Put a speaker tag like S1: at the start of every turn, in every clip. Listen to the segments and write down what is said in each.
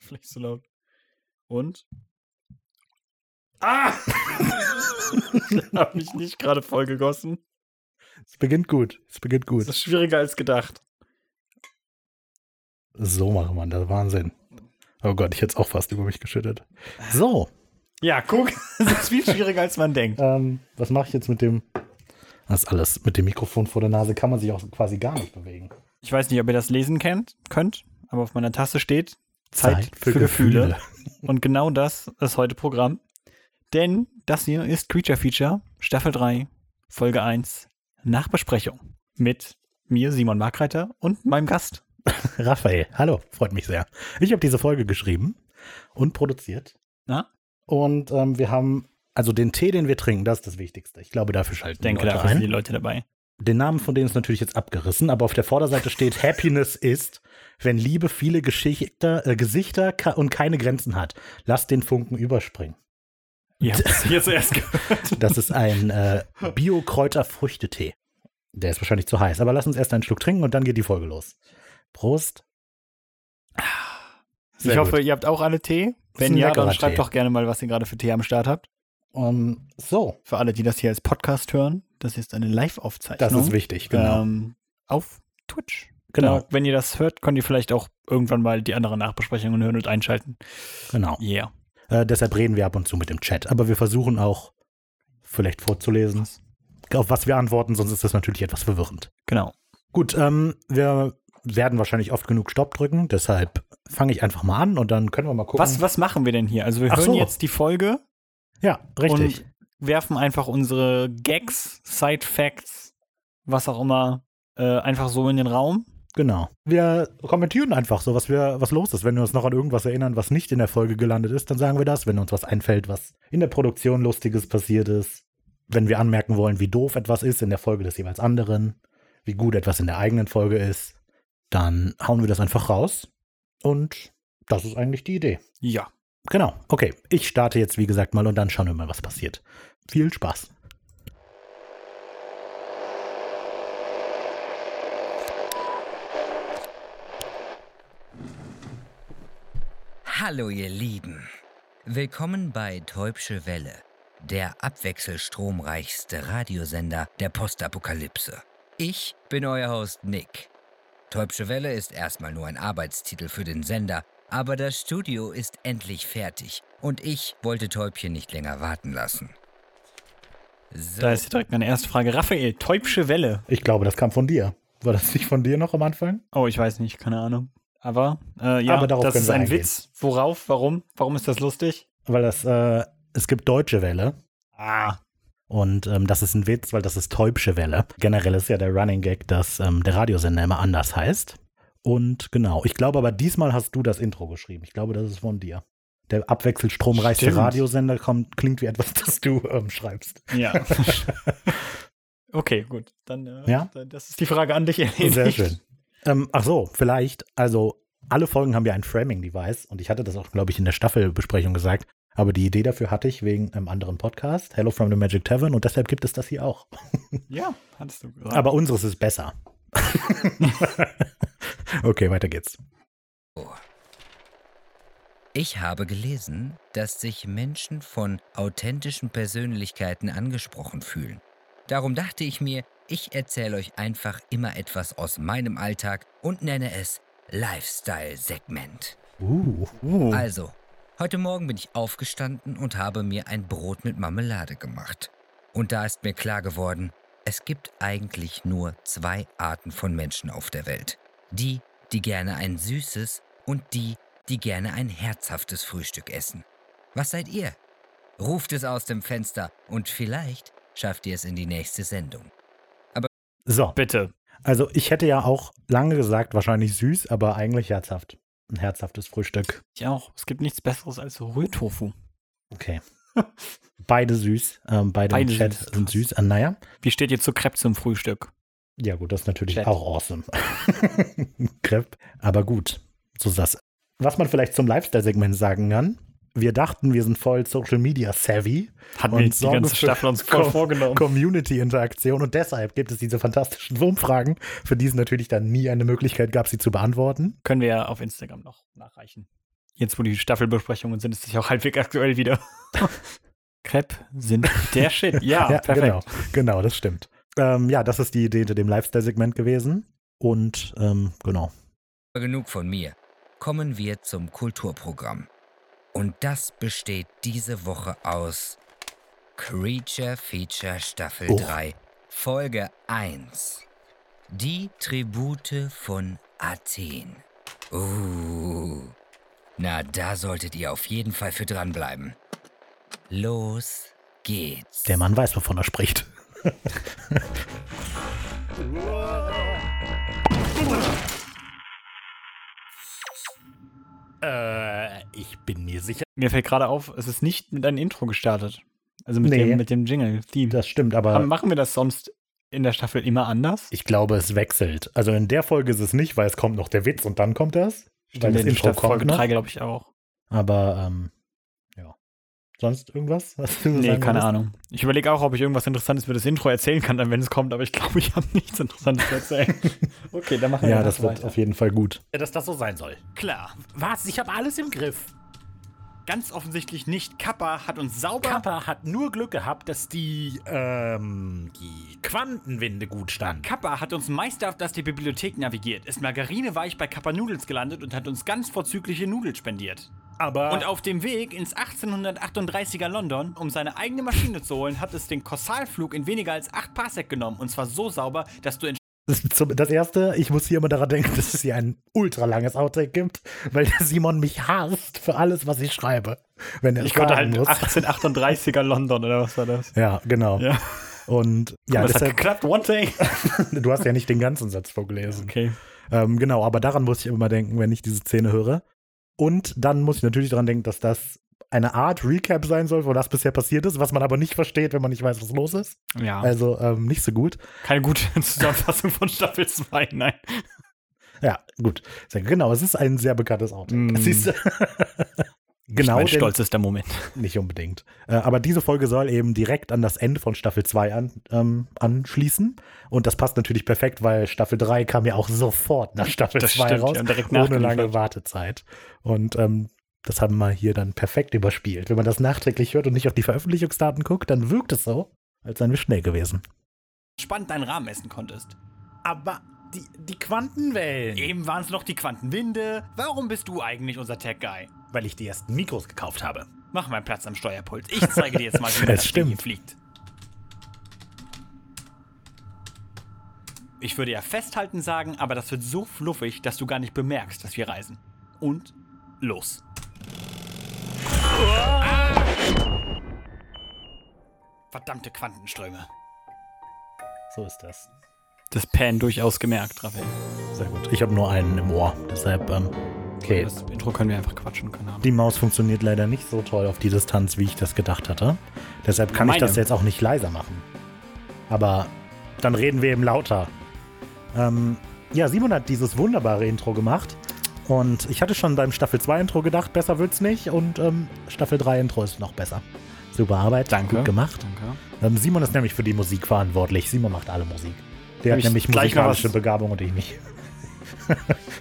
S1: vielleicht so laut. Und? Ah! ich habe mich nicht gerade voll gegossen.
S2: Es beginnt gut. Es beginnt gut.
S1: Das ist schwieriger als gedacht.
S2: So macht man das. Wahnsinn. Oh Gott, ich hätte es auch fast über mich geschüttet. So.
S1: Ja, guck. Es ist viel schwieriger, als man denkt.
S2: Ähm, was mache ich jetzt mit dem? Das ist alles. Mit dem Mikrofon vor der Nase kann man sich auch quasi gar nicht bewegen.
S1: Ich weiß nicht, ob ihr das lesen kennt, könnt, aber auf meiner Taste steht Zeit, für, Gefühle. Und genau das ist heute Programm. Denn das hier ist Creature Feature, Staffel 3, Folge 1, Nachbesprechung. Mit mir, Simon Markreiter, und meinem Gast.
S2: Raphael, hallo, freut mich sehr. Ich habe diese Folge geschrieben und produziert.
S1: Na?
S2: Und ähm, wir haben, also den Tee, den wir trinken, das ist das Wichtigste. Ich glaube, dafür schalten
S1: Ich denke,
S2: die Leute
S1: dafür sind die
S2: ein.
S1: Leute dabei.
S2: Den Namen von denen ist natürlich jetzt abgerissen, aber auf der Vorderseite steht Happiness ist, wenn Liebe viele Geschichter, äh, Gesichter ka- und keine Grenzen hat. Lasst den Funken überspringen.
S1: Ihr habt es hier zuerst gehört.
S2: Das ist ein äh, Bio-Kräuter-Früchtetee. Der ist wahrscheinlich zu heiß, aber lass uns erst einen Schluck trinken und dann geht die Folge los. Prost. Sehr
S1: ich hoffe,
S2: gut.
S1: ihr habt auch alle Tee.
S2: Ist ein
S1: Wenn ja, dann
S2: leckerer
S1: schreibt
S2: Tee.
S1: doch gerne mal, was ihr gerade für Tee am Start habt.
S2: Ähm, so,
S1: Für alle, die das hier als Podcast hören, das ist eine Live-Aufzeichnung.
S2: das ist wichtig, genau.
S1: Ähm, auf Twitch.
S2: genau,
S1: Da, wenn ihr das hört, könnt ihr vielleicht auch irgendwann mal die anderen Nachbesprechungen hören und einschalten.
S2: genau.
S1: Yeah.
S2: Äh, deshalb reden wir ab und zu mit dem Chat, aber wir versuchen auch vielleicht vorzulesen, auf was wir antworten, sonst ist das natürlich etwas verwirrend.
S1: Genau.
S2: Gut, ähm, wir werden wahrscheinlich oft genug Stopp drücken, deshalb fange ich einfach mal an und dann können wir mal gucken.
S1: Was, was machen wir denn hier? Also wir
S2: Ach
S1: hören
S2: so.
S1: jetzt die Folge
S2: Ja, richtig.
S1: und werfen einfach unsere Gags, Side-Facts, was auch immer, äh, einfach so in den Raum.
S2: Genau. Wir kommentieren einfach so, was wir, was los ist. Wenn wir uns noch an irgendwas erinnern, was nicht in der Folge gelandet ist, dann sagen wir das. Wenn uns was einfällt, was in der Produktion Lustiges passiert ist, wenn wir anmerken wollen, wie doof etwas ist in der Folge des jeweils anderen, wie gut etwas in der eigenen Folge ist, dann hauen wir das einfach raus. Und das ist eigentlich die Idee.
S1: Ja.
S2: Genau, okay. Ich starte jetzt, wie gesagt, mal und dann schauen wir mal, was passiert. Viel Spaß.
S3: Hallo ihr Lieben. Willkommen bei Täubsche Welle, der abwechselstromreichste Radiosender der Postapokalypse. Ich bin euer Host Nick. Täubsche Welle ist erstmal nur ein Arbeitstitel für den Sender, aber das Studio ist endlich fertig und ich wollte Täubchen nicht länger warten lassen. So.
S1: Da ist direkt meine erste Frage. Raphael, Täubsche Welle.
S2: Ich glaube, das kam von dir. War das nicht von dir noch am Anfang?
S1: Oh, ich weiß nicht, keine Ahnung. Aber äh, ja,
S2: Aber darauf
S1: das
S2: können
S1: ist
S2: wir
S1: ein
S2: eingehen.
S1: Witz. Worauf? Warum? Warum ist das lustig?
S2: Weil das, äh, es gibt deutsche Welle
S1: Ah,
S2: und ähm, das ist ein Witz, weil das ist täubsche Welle. Generell ist ja der Running Gag, dass ähm, der Radiosender immer anders heißt. Und genau, ich glaube aber diesmal hast du das Intro geschrieben. Ich glaube, das ist von dir. Der abwechselstromreichste
S1: Stimmt.
S2: Radiosender kommt, klingt wie etwas, das du ähm, schreibst.
S1: ja. okay, gut. Dann, äh,
S2: Ja?
S1: dann- das ist die Frage an dich erledigt.
S2: Sehr schön. Ähm, ach so, vielleicht. Also, alle Folgen haben ja ein Framing-Device und ich hatte das auch, glaube ich, in der Staffelbesprechung gesagt. Aber die Idee dafür hatte ich wegen einem anderen Podcast, Hello from the Magic Tavern, und deshalb gibt es das hier auch.
S1: Ah. Ja, hattest du gesagt.
S2: Aber unseres ist besser. okay, weiter geht's.
S3: Oh. Ich habe gelesen, dass sich Menschen von authentischen Persönlichkeiten angesprochen fühlen. Darum dachte ich mir, ich erzähle euch einfach immer etwas aus meinem Alltag und nenne es Lifestyle-Segment.
S2: Uh,
S1: Uh.
S3: Also, heute Morgen bin ich aufgestanden und habe mir ein Brot mit Marmelade gemacht. Und da ist mir klar geworden, es gibt eigentlich nur zwei Arten von Menschen auf der Welt. Die, die gerne ein süßes und die, die gerne ein herzhaftes Frühstück essen. Was seid ihr? Ruft es aus dem Fenster und vielleicht schafft ihr es in die nächste Sendung.
S2: so.
S1: Bitte.
S2: Also, ich hätte ja auch lange gesagt, wahrscheinlich süß, aber eigentlich herzhaft. Ein herzhaftes Frühstück.
S1: Ich auch. Es gibt nichts Besseres als Rührtofu.
S2: Okay. Beide süß. Ähm, beide,
S1: Beide
S2: im Chat
S1: süß.
S2: sind süß. Ah, naja.
S1: Wie steht ihr zu Krebs zum Frühstück?
S2: Ja, gut, das ist natürlich
S1: Chat.
S2: auch awesome. Crepe. Aber gut, so ist das. Was man vielleicht zum Lifestyle-Segment sagen kann, wir dachten, wir sind voll Social Media savvy,
S1: Hatten
S2: Und
S1: wir jetzt die
S2: sorgen
S1: ganze
S2: für-
S1: Staffel uns voll
S2: Komm,
S1: vorgenommen.
S2: Community-Interaktion und deshalb gibt es diese fantastischen Wurmfragen, für die es natürlich dann nie eine Möglichkeit gab, sie zu beantworten.
S1: Können wir ja auf Instagram noch nachreichen. Jetzt, wo die Staffelbesprechungen sind, ist es ja auch halbwegs aktuell wieder. Crepe sind der Shit. Ja,
S2: Ja,
S1: perfekt.
S2: genau, genau, das stimmt. Ähm, ja, das ist die Idee hinter dem Lifestyle-Segment gewesen. Und ähm, genau.
S3: Genug von mir. Kommen wir zum Kulturprogramm. Und das besteht diese Woche aus Creature Feature Staffel
S2: Oh.
S3: 3, Folge 1. Die Tribute von Athen. Uh. Na, da solltet ihr auf jeden Fall für dranbleiben. Los geht's.
S2: Der Mann weiß, wovon er spricht. äh, ich bin mir sicher.
S1: Mir fällt gerade auf, es ist nicht mit einem Intro gestartet. Also mit,
S2: Nee.
S1: dem, mit dem Jingle. Die,
S2: Das stimmt, aber
S1: machen wir das sonst in der Staffel immer anders?
S2: ich glaube, es wechselt. Also in der Folge ist es nicht, weil es kommt noch der Witz und dann kommt das. Weil das
S1: in
S2: Intro
S1: Staffel
S2: kommt
S1: Folge
S2: noch.
S1: 3, glaube ich, auch.
S2: Aber ähm, ja. Sonst irgendwas? Was du
S1: Nee,
S2: sagen
S1: keine
S2: wolltest?
S1: Ahnung. Ich überlege auch, ob ich irgendwas Interessantes über das Intro erzählen kann, dann wenn es kommt, aber ich glaube, ich habe nichts Interessantes zu erzählen. okay, dann machen wir
S2: Ja, das wird auf jeden Fall gut.
S4: dass das so sein soll.
S1: Klar.
S4: Was? Ich habe alles im Griff.
S1: Ganz offensichtlich nicht. Kappa hat uns sauber.
S4: Kappa hat nur Glück gehabt, dass die, ähm, die Quantenwinde gut standen.
S1: Kappa hat uns meisterhaft aus der Bibliothek navigiert. Ist Margarine weich bei Kappa Noodles gelandet und hat uns ganz vorzügliche Nudeln spendiert.
S4: Aber
S1: Und auf dem Weg ins 1838er London, um seine eigene Maschine zu holen, hat es den Korsalflug in weniger als 8 Parsec genommen. Und zwar so sauber, dass du in
S2: Das, zum, das erste, ich muss hier immer daran denken, dass es hier ein ultra langes Outtake gibt, weil der Simon mich hasst für alles, was ich schreibe. Wenn er es sagen muss.
S1: 1838er halt London oder was war das?
S2: Ja, genau.
S1: Ja.
S2: Und ja,
S1: das hat
S2: deshalb,
S1: geklappt, one take.
S2: du hast ja nicht den ganzen Satz vorgelesen.
S1: Okay.
S2: Ähm, genau, aber daran muss ich immer denken, wenn ich diese Szene höre. Und dann muss ich natürlich daran denken, dass das eine Art Recap sein soll, wo das bisher passiert ist, was man aber nicht versteht, wenn man nicht weiß, was los ist.
S1: Ja,
S2: Also ähm, nicht so gut.
S1: Äh, keine gute Zusammenfassung von Staffel 2, nein.
S2: Ja, gut. Sehr- Genau, es ist ein sehr bekanntes Outtake.
S1: Mm.
S2: Es ist genau den-
S1: stolzester Moment.
S2: nicht unbedingt. Äh, aber diese Folge soll eben direkt an das Ende von Staffel 2 an, ähm, anschließen. Und das passt natürlich perfekt, weil Staffel 3 kam ja auch sofort nach Staffel
S1: Das
S2: 2
S1: stimmt,
S2: raus,
S1: ja, direkt
S2: ohne
S1: nachgeliefert.
S2: lange Wartezeit. Und ähm, das haben wir hier dann perfekt überspielt. Wenn man das nachträglich hört und nicht auf die Veröffentlichungsdaten guckt, dann wirkt es so, als seien wir schnell gewesen.
S1: Spannend deinen Rahmen essen konntest.
S4: aber die, die Quantenwellen.
S1: Eben waren es noch die Quantenwinde. Warum bist du eigentlich unser Tech-Guy?
S4: Weil ich die ersten Mikros gekauft habe.
S1: Mach mal Platz am Steuerpult. Ich zeige dir jetzt mal, wie
S2: Es
S1: man das Ding hier
S2: stimmt.
S1: fliegt. Ich würde ja festhalten sagen, aber das wird so fluffig, dass du gar nicht bemerkst, dass wir reisen. Und los. Verdammte Quantenströme.
S2: So ist das.
S1: Das Pan durchaus gemerkt, Raphael.
S2: Sehr gut. Ich habe nur einen im Ohr. Deshalb, ähm, okay.
S1: Das Intro können wir einfach quatschen können.
S2: Die Maus funktioniert leider nicht so toll auf die Distanz, wie ich das gedacht hatte. Deshalb kann ich
S1: Meine.
S2: das jetzt auch nicht leiser machen. Aber dann reden wir eben lauter. Ähm, ja, Simon hat dieses wunderbare Intro gemacht. Und ich hatte schon beim Staffel 2 Intro gedacht, besser wird's nicht. Und ähm, Staffel 3 Intro ist noch besser. Super Arbeit,
S1: Danke.
S2: gut gemacht.
S1: Danke.
S2: Ähm, Simon ist nämlich für die Musik verantwortlich. Simon macht alle Musik. Der
S1: Hab
S2: hat
S1: ich
S2: nämlich
S1: gleich noch
S2: musikalische
S1: was-
S2: Begabung und ich nicht.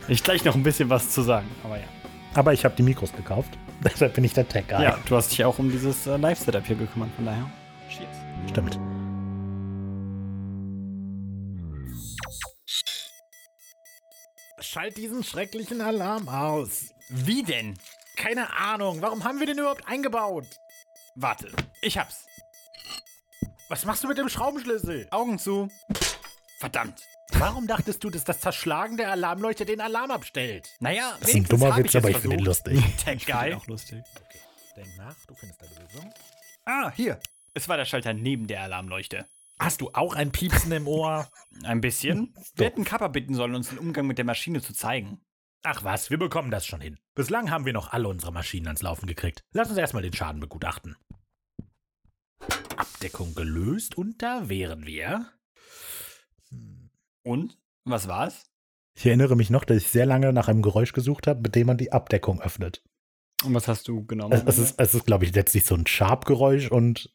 S1: Ich gleich noch ein bisschen was zu sagen, aber ja.
S2: Aber ich habe die Mikros gekauft. Deshalb bin ich der Tech-Guy.
S1: Ja, du hast dich auch um dieses äh, Live-Setup hier gekümmert, von daher. Cheers.
S2: Stimmt.
S4: Schalt diesen schrecklichen Alarm aus.
S1: Wie denn?
S4: Keine Ahnung, warum haben wir den überhaupt eingebaut?
S1: Warte, ich hab's.
S4: Was machst du mit dem Schraubenschlüssel?
S1: Augen zu. Verdammt.
S4: Warum dachtest du, dass das Zerschlagen der Alarmleuchte den Alarm abstellt?
S1: Naja,
S2: Das ist ein dummer Witz, aber ich finde ihn lustig.
S1: Tech Guy. Auch lustig.
S4: Denk nach, du findest eine Lösung.
S1: Ah, hier. Es war der Schalter neben der Alarmleuchte.
S4: Hast du auch ein Piepsen im Ohr?
S1: Ein bisschen. Wir hätten Kappa bitten sollen, uns den Umgang mit der Maschine zu zeigen.
S4: Ach was, wir bekommen das schon hin. Bislang haben wir noch alle unsere Maschinen ans Laufen gekriegt. Lass uns erstmal den Schaden begutachten. Abdeckung gelöst und da wären wir. Hm.
S1: Und? Was war's?
S2: Ich erinnere mich noch, dass ich sehr lange nach einem Geräusch gesucht habe, mit dem man die Abdeckung öffnet.
S1: Und was hast du genommen?
S2: Es, es
S4: ne?
S2: ist, es ist glaube ich, letztlich so ein Sharp-Geräusch und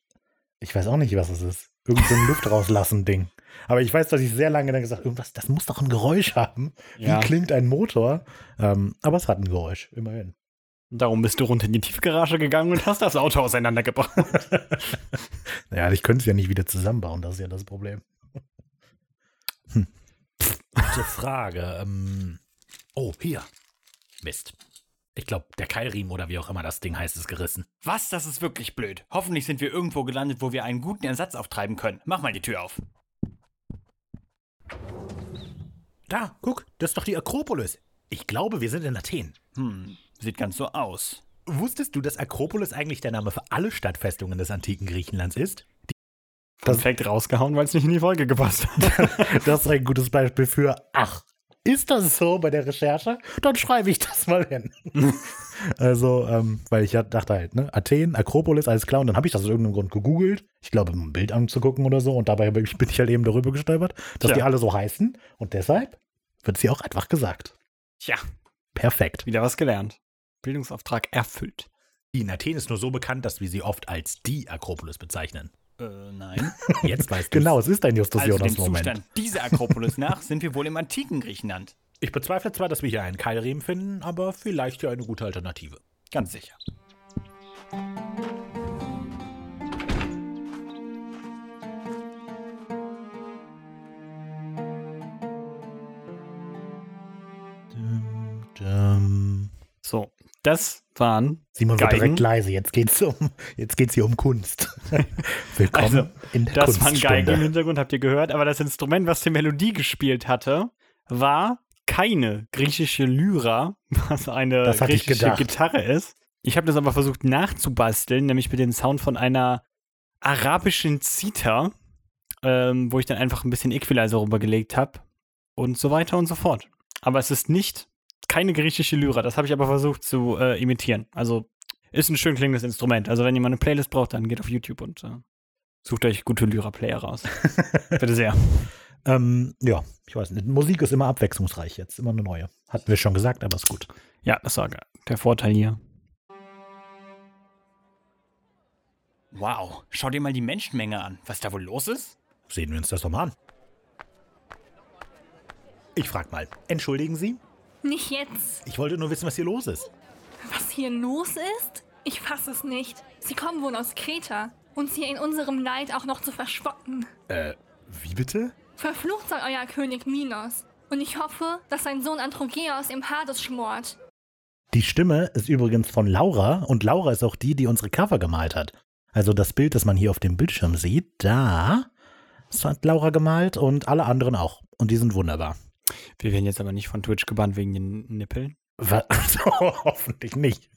S2: ich weiß auch nicht, was es ist. Irgend so ein Luft rauslassen Ding. Aber ich weiß, dass ich sehr lange dann gesagt irgendwas, das muss doch ein Geräusch haben.
S1: ja.
S2: Wie klingt ein Motor? Ähm, aber es hat ein Geräusch, immerhin.
S1: Darum bist du runter in die Tiefgarage gegangen und hast das Auto auseinandergebracht.
S2: Ja, ich könnte es ja nicht wieder zusammenbauen, das ist ja das Problem. Hm.
S4: Gute Frage. Ähm, oh, hier. Mist. Ich glaube, der Keilriemen oder wie auch immer das Ding heißt, ist gerissen.
S1: Was? Das ist wirklich blöd. Hoffentlich sind wir irgendwo gelandet, wo wir einen guten Ersatz auftreiben können. Mach mal die Tür auf.
S4: Da, guck, das ist doch die Akropolis. Ich glaube, wir sind in Athen.
S1: Hm, sieht ganz so aus.
S4: Wusstest du, dass Akropolis eigentlich der Name für alle Stadtfestungen des antiken Griechenlands ist?
S1: Perfekt rausgehauen, weil es nicht in die Folge gepasst hat.
S2: Das ist ein gutes Beispiel für, ach, ist das so bei der Recherche? Dann schreibe ich das mal hin. also, ähm, weil ich ja dachte halt, ne, Athen, Akropolis, alles klar. Und dann habe ich das aus irgendeinem Grund gegoogelt. Ich glaube, um ein Bild anzugucken oder so. Und dabei bin ich bin ich halt eben darüber gestolpert, dass
S1: Tja.
S2: die alle so heißen. Und deshalb wird sie auch einfach gesagt.
S1: Tja,
S2: Perfekt.
S1: wieder was gelernt. Bildungsauftrag erfüllt.
S4: Die in Athen ist nur so bekannt, dass wir sie oft als die Akropolis bezeichnen.
S1: Äh, nein.
S4: Jetzt weißt du.
S2: Genau, es ist ein Justus
S1: Also dem
S2: Jonas-Moment.
S1: Zustand dieser Akropolis nach sind wir wohl im antiken Griechenland.
S4: Ich bezweifle zwar, dass wir hier einen Keilriemen finden, aber vielleicht hier eine gute Alternative.
S1: Ganz sicher.
S2: Ähm,
S1: So, das waren
S2: Simon wird
S1: Geigen.
S2: direkt leise. Jetzt geht's um, jetzt geht's hier um Kunst. Willkommen
S1: Also,
S2: in der
S1: Das waren
S2: Kunststunde.
S1: Geigen im Hintergrund, habt ihr gehört, aber das Instrument, was die Melodie gespielt hatte, war keine griechische Lyra, was eine
S2: Das hatte ich
S1: griechische
S2: gedacht.
S1: Gitarre ist. Ich habe das aber versucht nachzubasteln, nämlich mit dem Sound von einer arabischen Zither, ähm, wo ich dann einfach ein bisschen Equalizer rübergelegt habe und so weiter und so fort. Aber es ist nicht keine griechische Lyra, das habe ich aber versucht zu äh, imitieren. Also ist ein schön klingendes Instrument. Also wenn jemand eine Playlist braucht, dann geht auf YouTube und äh, Sucht euch gute Lyra-Player raus. Bitte sehr.
S2: Ähm, ja, ich weiß nicht. Musik ist immer abwechslungsreich jetzt, immer eine neue. Hatten wir schon gesagt, aber ist gut.
S1: Ja, das war der Vorteil hier. Wow, schau dir mal die Menschenmenge an. Was da wohl los ist?
S4: Sehen wir uns das doch mal an. Ich frag mal, entschuldigen Sie?
S5: Nicht jetzt.
S4: Ich wollte nur wissen, was hier los ist.
S5: Was hier los ist? Ich fasse es nicht. Sie kommen wohl aus Kreta. Uns hier in unserem Leid auch noch zu verspotten.
S4: Wie bitte?
S5: Verflucht sei euer König Minos. Und ich hoffe, dass sein Sohn Androgeos im Hades schmort.
S2: Die Stimme ist übrigens von Laura und Laura ist auch die, die unsere Cover gemalt hat. Also das Bild, das man hier auf dem Bildschirm sieht, da das hat Laura gemalt und alle anderen auch. Und die sind wunderbar.
S1: Wir werden jetzt aber nicht von Twitch gebannt wegen den Nippeln.
S2: Wa- Also, hoffentlich nicht.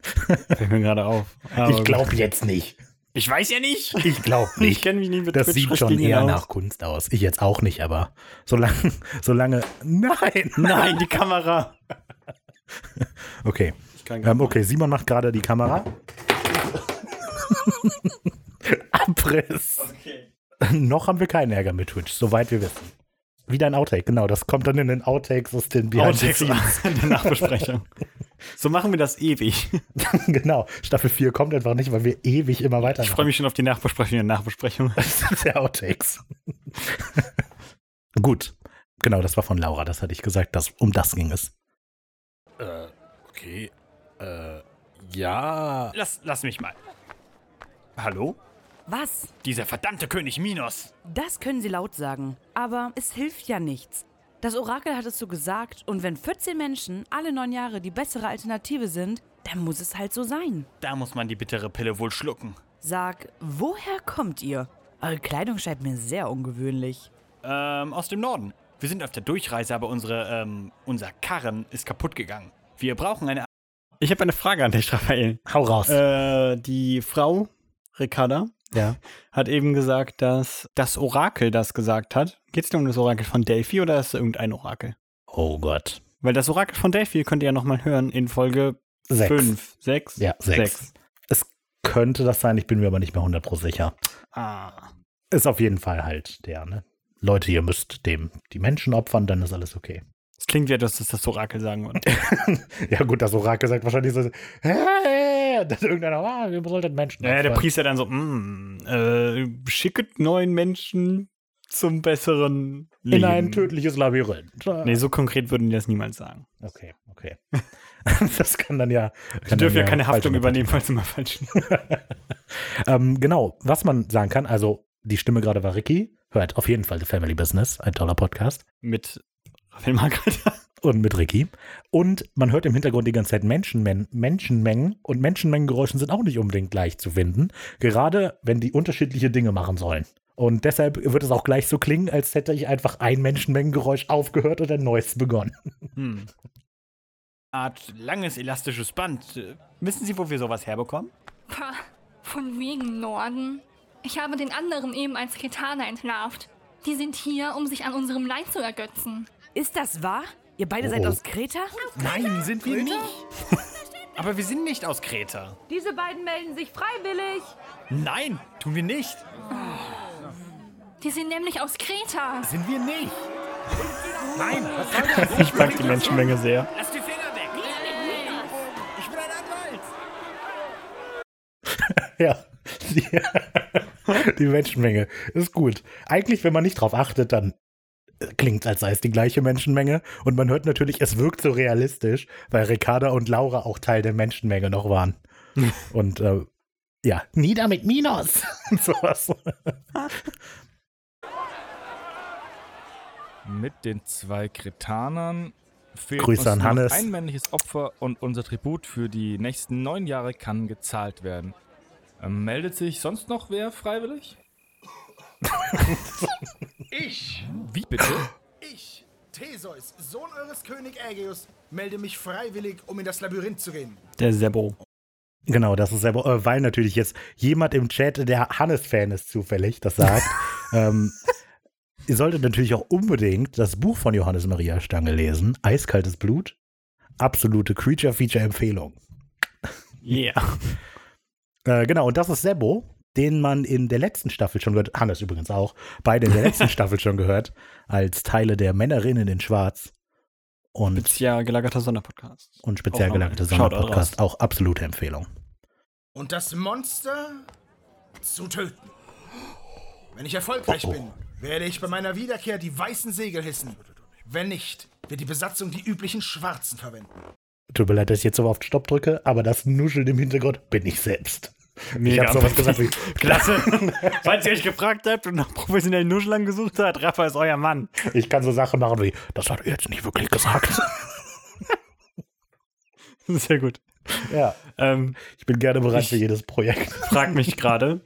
S1: Fällt mir gerade auf.
S2: ich glaube jetzt nicht.
S1: Ich weiß ja nicht.
S2: Ich glaube
S1: Ich
S2: nicht.
S1: kenne mich nicht mit
S2: Das sieht schon
S1: Twitch-Richtlinien
S2: eher
S1: aus.
S2: nach Kunst aus. Ich jetzt auch nicht, aber solange, solange. Nein!
S1: Nein, die Kamera.
S2: Okay.
S1: Ich kann
S2: Ähm, okay, Simon macht gerade die Kamera. Abriss. Noch haben wir keinen Ärger mit Twitch, soweit wir wissen. Wieder ein Outtake, genau. Das kommt dann in den Outtakes aus den Behind the
S1: Outtakes in der Nachbesprechung. So machen wir das ewig.
S2: Scenes. genau. Staffel 4 kommt einfach nicht, weil wir ewig immer weiter.
S1: Ich freue mich schon auf die Nachbesprechung der Nachbesprechung.
S2: der Outtakes. Gut. Genau, das war von Laura, das hatte ich gesagt, dass um das ging es.
S4: Äh, okay. Äh, ja.
S1: Lass, lass mich mal. Hallo?
S6: Was?
S1: Dieser verdammte König Minos.
S6: Das können sie laut sagen. Aber es hilft ja nichts. Das Orakel hat es so gesagt und wenn 14 Menschen alle neun Jahre die bessere Alternative sind, dann muss es halt so sein.
S1: Da muss man die bittere Pille wohl schlucken.
S6: Sag, woher kommt ihr? Eure Kleidung scheint mir sehr ungewöhnlich.
S1: Ähm, aus dem Norden. Wir sind auf der Durchreise, aber unsere, ähm, unser Karren ist kaputt gegangen. Wir brauchen eine. Ich habe eine Frage an dich, Raphael.
S2: Hau raus.
S1: Äh, die Frau Ricarda
S2: ja.
S1: hat eben gesagt, dass das Orakel das gesagt hat. Geht es nur um das Orakel von Delphi oder ist es irgendein Orakel?
S2: Oh Gott.
S1: Weil das Orakel von Delphi könnt ihr ja nochmal hören in Folge
S2: Sechs.
S1: 5, 6,
S2: Ja, sechs. Es könnte das sein, ich bin mir aber nicht mehr 100% sicher.
S1: Ah.
S2: Ist auf jeden Fall halt der, ne? Leute, ihr müsst dem die Menschen opfern, dann ist alles okay.
S1: Es klingt wie etwas, das das Orakel sagen würde.
S2: Ja, gut, das Orakel sagt wahrscheinlich so, hey, dass irgendeiner, ah, ihr solltet Menschen
S1: Naja, der
S2: opfern.
S1: Priester dann so, mm, äh, schicket neun Menschen zum besseren Leben.
S2: in ein tödliches Labyrinth.
S1: Nee, so konkret würden die das niemals sagen.
S2: Okay, okay. Das kann dann ja.
S1: Die
S2: kann
S1: dürfen
S2: dann
S1: ja keine
S2: falsch
S1: Haftung
S2: interpretiert
S1: übernehmen, falls sie mal falsch
S2: Ähm, genau, was man sagen kann, also die Stimme gerade war Ricky. Hört auf jeden Fall The Family Business, ein toller Podcast.
S1: mit Raphael Margaret.
S2: Und mit Ricky. Und man hört im Hintergrund die ganze Zeit Menschenmen Menschenmengen. Und Menschenmengengeräuschen sind auch nicht unbedingt gleich zu finden. Gerade wenn die unterschiedliche Dinge machen sollen. Und deshalb wird es auch gleich so klingen, als hätte ich einfach ein Menschenmengengeräusch aufgehört und ein neues begonnen.
S1: Hm. Art langes elastisches Band. Äh, Wissen Sie, wo wir sowas herbekommen?
S5: Pah, von wegen Norden. Ich habe den anderen eben als Kretana entlarvt. Die sind hier, um sich an unserem Leid zu ergötzen.
S6: Ist das wahr? Ihr beide
S2: Oh.
S6: seid aus Kreta?
S1: Nein, sind wir nicht. Aber wir sind nicht aus Kreta.
S7: Diese beiden melden sich freiwillig.
S1: Nein, tun wir nicht.
S5: Die sind nämlich aus Kreta.
S4: Sind wir nicht. Nein, was soll
S1: Ich mag die Menschenmenge sehr.
S3: Lass die Finger weg! Ich bin ein Anwalt!
S2: Ja. Die, die Menschenmenge. Ist gut. Eigentlich, wenn man nicht drauf achtet, dann klingt als sei es die gleiche Menschenmenge. Und man hört natürlich, es wirkt so realistisch, weil Ricarda und Laura auch Teil der Menschenmenge noch waren. und äh, ja, nieder mit Minos! und sowas.
S8: Mit den zwei Kretanern fehlt
S2: Grüße
S8: uns
S2: an
S8: noch
S2: Hannes.
S8: ein männliches Opfer und unser Tribut für die nächsten neun Jahre kann gezahlt werden. Ähm, meldet sich sonst noch wer freiwillig?
S9: Ich,
S8: Wie bitte?
S9: ich, Theseus, Sohn eures König Ägeus, melde mich freiwillig, um in das Labyrinth zu gehen.
S1: Der Sebo.
S2: Genau, das ist selber, äh, weil natürlich jetzt jemand im Chat, der Hannes-Fan ist zufällig, das sagt. ähm, ihr solltet natürlich auch unbedingt das Buch von Johannes Maria Stange lesen, Eiskaltes Blut. Absolute Creature-Feature-Empfehlung.
S1: Yeah.
S2: Äh, genau, und das ist Sebo, den man in der letzten Staffel schon gehört, Hannes übrigens auch, beide in der letzten Staffel schon gehört, als Teile der Männerinnen in Schwarz. Und,
S1: Spezial gelagerter Sonderpodcast.
S2: und speziell
S1: Auch noch.
S2: gelangte
S1: Shoutout
S2: Sonderpodcast, auch absolute Empfehlung.
S9: Und das Monster zu töten. Wenn ich erfolgreich
S2: Oh, oh.
S9: bin, werde ich bei meiner Wiederkehr die weißen Segel hissen. Wenn nicht, wird die Besatzung die üblichen Schwarzen verwenden.
S2: Tut mir leid, dass ich jetzt so oft Stopp drücke, aber das Nuscheln im Hintergrund bin ich selbst.
S1: Mega.
S2: Ich habe sowas gesagt wie,
S1: Klasse. Falls ihr euch gefragt habt und nach professionellen Nuschlern gesucht habt, Rafa ist euer Mann.
S2: ich kann so Sachen machen wie, das hat er jetzt nicht wirklich gesagt.
S1: Sehr gut.
S2: ja,
S1: Ähm,
S2: ich bin gerne bereit für jedes Projekt.
S1: frag mich gerade.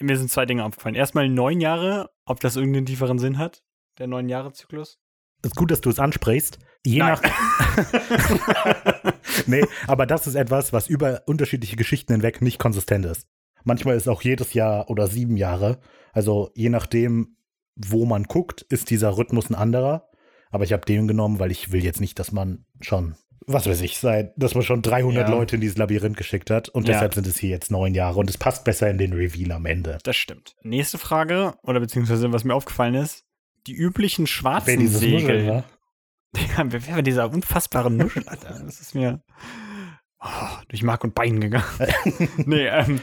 S1: Mir sind zwei Dinge aufgefallen. Erstmal neun Jahre, ob das irgendeinen tieferen Sinn hat, der neun Jahre Zyklus.
S2: Ist gut, dass du es ansprichst. Je
S1: Nein.
S2: nach. nee, aber das ist etwas, was über unterschiedliche Geschichten hinweg nicht konsistent ist. Manchmal ist auch jedes Jahr oder sieben Jahre. Also je nachdem, wo man guckt, ist dieser Rhythmus ein anderer. Aber ich habe den genommen, weil ich will jetzt nicht, dass man schon, was weiß ich, seit, dass man schon 300
S1: Ja.
S2: Leute in dieses Labyrinth geschickt hat. Und
S1: Ja.
S2: deshalb sind es hier jetzt neun Jahre. Und es passt besser in den Reveal am Ende.
S1: Das stimmt. Nächste Frage, oder beziehungsweise was mir aufgefallen ist, die üblichen
S2: Wer
S1: schwarzen
S2: dieses Muscheln ne?
S1: Segel.
S2: war.
S1: Digga, wer wäre dieser unfassbare Nuschel, Alter? Das ist mir oh, durch Mark und Bein gegangen. nee, ähm,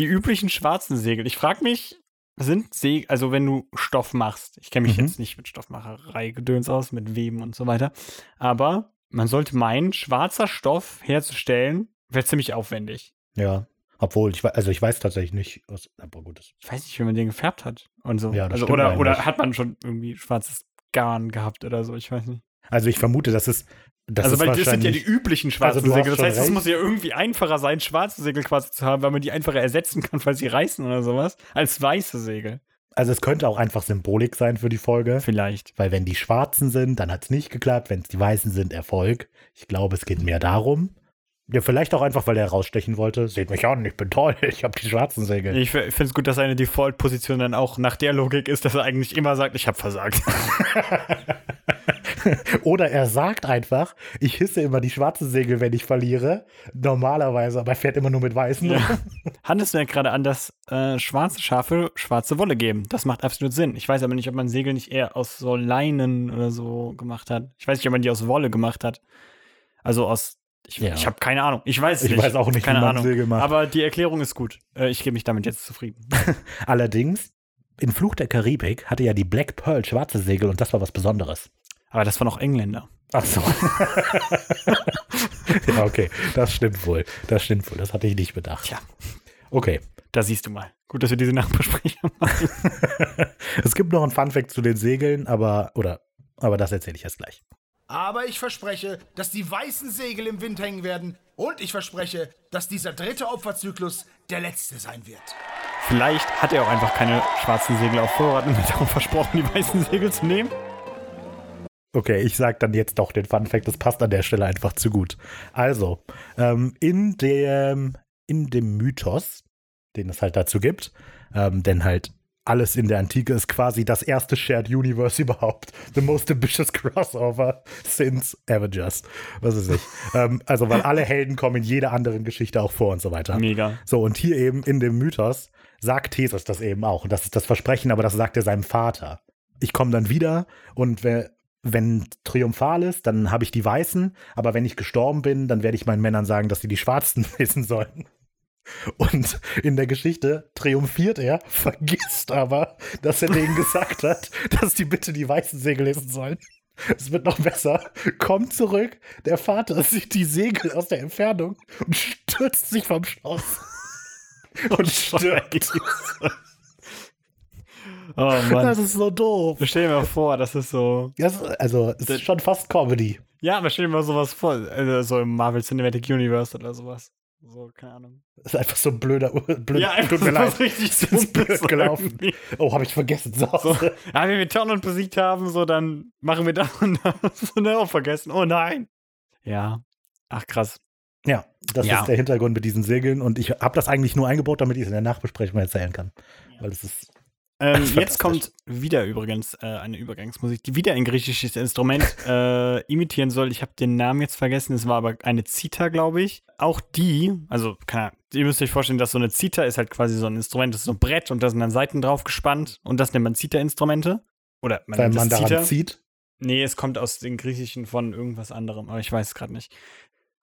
S1: die üblichen schwarzen Segel. Ich frage mich, sind Segel, also wenn du Stoff machst, ich kenne mich
S2: Mhm.
S1: jetzt nicht mit Stoffmacherei gedöns aus, mit Weben und so weiter, aber man sollte meinen, schwarzer Stoff herzustellen, wäre ziemlich aufwendig.
S2: Ja. Obwohl, ich, wei- also ich weiß tatsächlich nicht, was, aber gut, das
S1: Ich weiß nicht, wie man den gefärbt hat und so.
S2: Ja, das
S1: also,
S2: stimmt
S1: oder,
S2: eigentlich.
S1: oder hat man schon irgendwie schwarzes Garn gehabt oder so, ich weiß nicht.
S2: Also ich vermute, das ist. Das
S1: also,
S2: ist
S1: weil das sind
S2: wahrscheinlich,
S1: ja die üblichen schwarzen
S2: Also, du hast
S1: Segel. Das
S2: schon
S1: heißt, es
S2: recht.
S1: muss ja irgendwie einfacher sein, schwarze Segel quasi zu haben, weil man die einfacher ersetzen kann, falls sie reißen oder sowas, als weiße Segel.
S2: also es könnte auch einfach Symbolik sein für die Folge.
S1: Vielleicht.
S2: Weil wenn die Schwarzen sind, dann hat es nicht geklappt. Wenn es die Weißen sind, Erfolg. Ich glaube, es geht mehr darum. Ja, vielleicht auch einfach, weil er rausstechen wollte. Seht mich an, ich bin toll, ich habe die schwarzen Segel.
S1: Ich finde es gut, dass seine Default-Position dann auch nach der Logik ist, dass er eigentlich immer sagt, ich habe versagt.
S2: Oder er sagt einfach, ich hisse immer die schwarzen Segel, wenn ich verliere. Normalerweise, aber er fährt immer nur mit weißen.
S1: Ja. Hannes merkt gerade an, dass äh, schwarze Schafe schwarze Wolle geben. Das macht absolut Sinn. Ich weiß aber nicht, ob man Segel nicht eher aus so Leinen oder so gemacht hat. Ich weiß nicht, ob man die aus Wolle gemacht hat. Also aus. Ich,
S2: Ja.
S1: ich habe keine Ahnung. Ich weiß
S2: Ich
S1: nicht.
S2: weiß auch nicht,
S1: keine
S2: wie man
S1: Ahnung.
S2: Segel macht.
S1: Aber die Erklärung ist gut. Äh, ich gebe mich damit jetzt zufrieden.
S2: Allerdings, in Fluch der Karibik hatte ja die Black Pearl schwarze Segel und das war was Besonderes.
S1: Aber das waren auch Engländer.
S2: Ach so. ja, okay. Das stimmt wohl. Das stimmt wohl. Das hatte ich nicht bedacht.
S1: Tja.
S2: Okay.
S1: Da siehst du mal. Gut, dass wir diese Nachbesprechung machen.
S2: Es gibt noch ein Funfact zu den Segeln, aber, oder, aber das erzähle ich erst gleich.
S9: Aber ich verspreche, dass die weißen Segel im Wind hängen werden. Und ich verspreche, dass dieser dritte Opferzyklus der letzte sein wird.
S1: Vielleicht hat er auch einfach keine schwarzen Segel auf Vorrat und hat darum versprochen, die weißen Segel zu nehmen.
S2: Okay, ich sage dann jetzt doch den Fun Fact, das passt an der Stelle einfach zu gut. Also, ähm, in, dem, in dem Mythos, den es halt dazu gibt, ähm, denn halt alles in der Antike ist quasi das erste Shared Universe überhaupt. The most ambitious crossover since Avengers. Was ist ich? ähm, also, weil alle Helden kommen in jeder anderen Geschichte auch vor und so weiter.
S1: Mega.
S2: So, und hier eben in dem Mythos sagt Theseus das eben auch. Und das ist das Versprechen, aber das sagt er seinem Vater. Ich komme dann wieder und wer, wenn triumphal ist, dann habe ich die Weißen, aber wenn ich gestorben bin, dann werde ich meinen Männern sagen, dass sie die Schwarzen lesen sollen. Und in der Geschichte triumphiert er, vergisst aber, dass er denen gesagt hat, dass die bitte die weißen Segel lesen sollen. Es wird noch besser. Kommt zurück, der Vater sieht die Segel aus der Entfernung und stürzt sich vom Schloss. Und stirbt.
S1: Oh
S2: Das
S1: Mann.
S2: ist so doof.
S1: Stell dir mal vor, das ist so.
S2: Das, also, es ist schon fast Comedy.
S1: Ja, aber stell dir mal sowas vor. Also so im Marvel Cinematic Universe oder sowas. So, keine Ahnung.
S2: Das ist einfach so ein blöder, blöder tut mir
S1: so
S2: leid.
S1: was richtig
S2: Das ist blöd
S1: Dumpes
S2: gelaufen.
S1: irgendwie.
S2: Oh, habe ich vergessen. So.
S1: So, ja, wenn wir Townland besiegt haben, so dann machen wir das und das und auch vergessen. Oh nein. Ja. Ach krass.
S2: Ja, das
S1: Ja.
S2: ist der Hintergrund mit diesen Segeln und ich habe das eigentlich nur eingebaut, damit ich es in der Nachbesprechung erzählen kann. Weil es ist.
S1: Ähm,
S2: Fantastisch.
S1: jetzt kommt wieder übrigens äh, eine Übergangsmusik, die wieder ein griechisches Instrument äh, imitieren soll. Ich habe den Namen jetzt vergessen, es war aber eine Zither, glaube ich. Auch die, also keine Ahnung, ihr müsst euch vorstellen, dass so eine Zither ist halt quasi so ein Instrument, das ist so ein Brett und da sind dann Saiten drauf gespannt und das nennt man Zither-Instrumente. Oder man
S2: Weil
S1: nennt
S2: man
S1: das
S2: daran
S1: Zither.
S2: zieht.
S1: Nee, es kommt aus den Griechischen von irgendwas anderem, aber ich weiß es gerade nicht.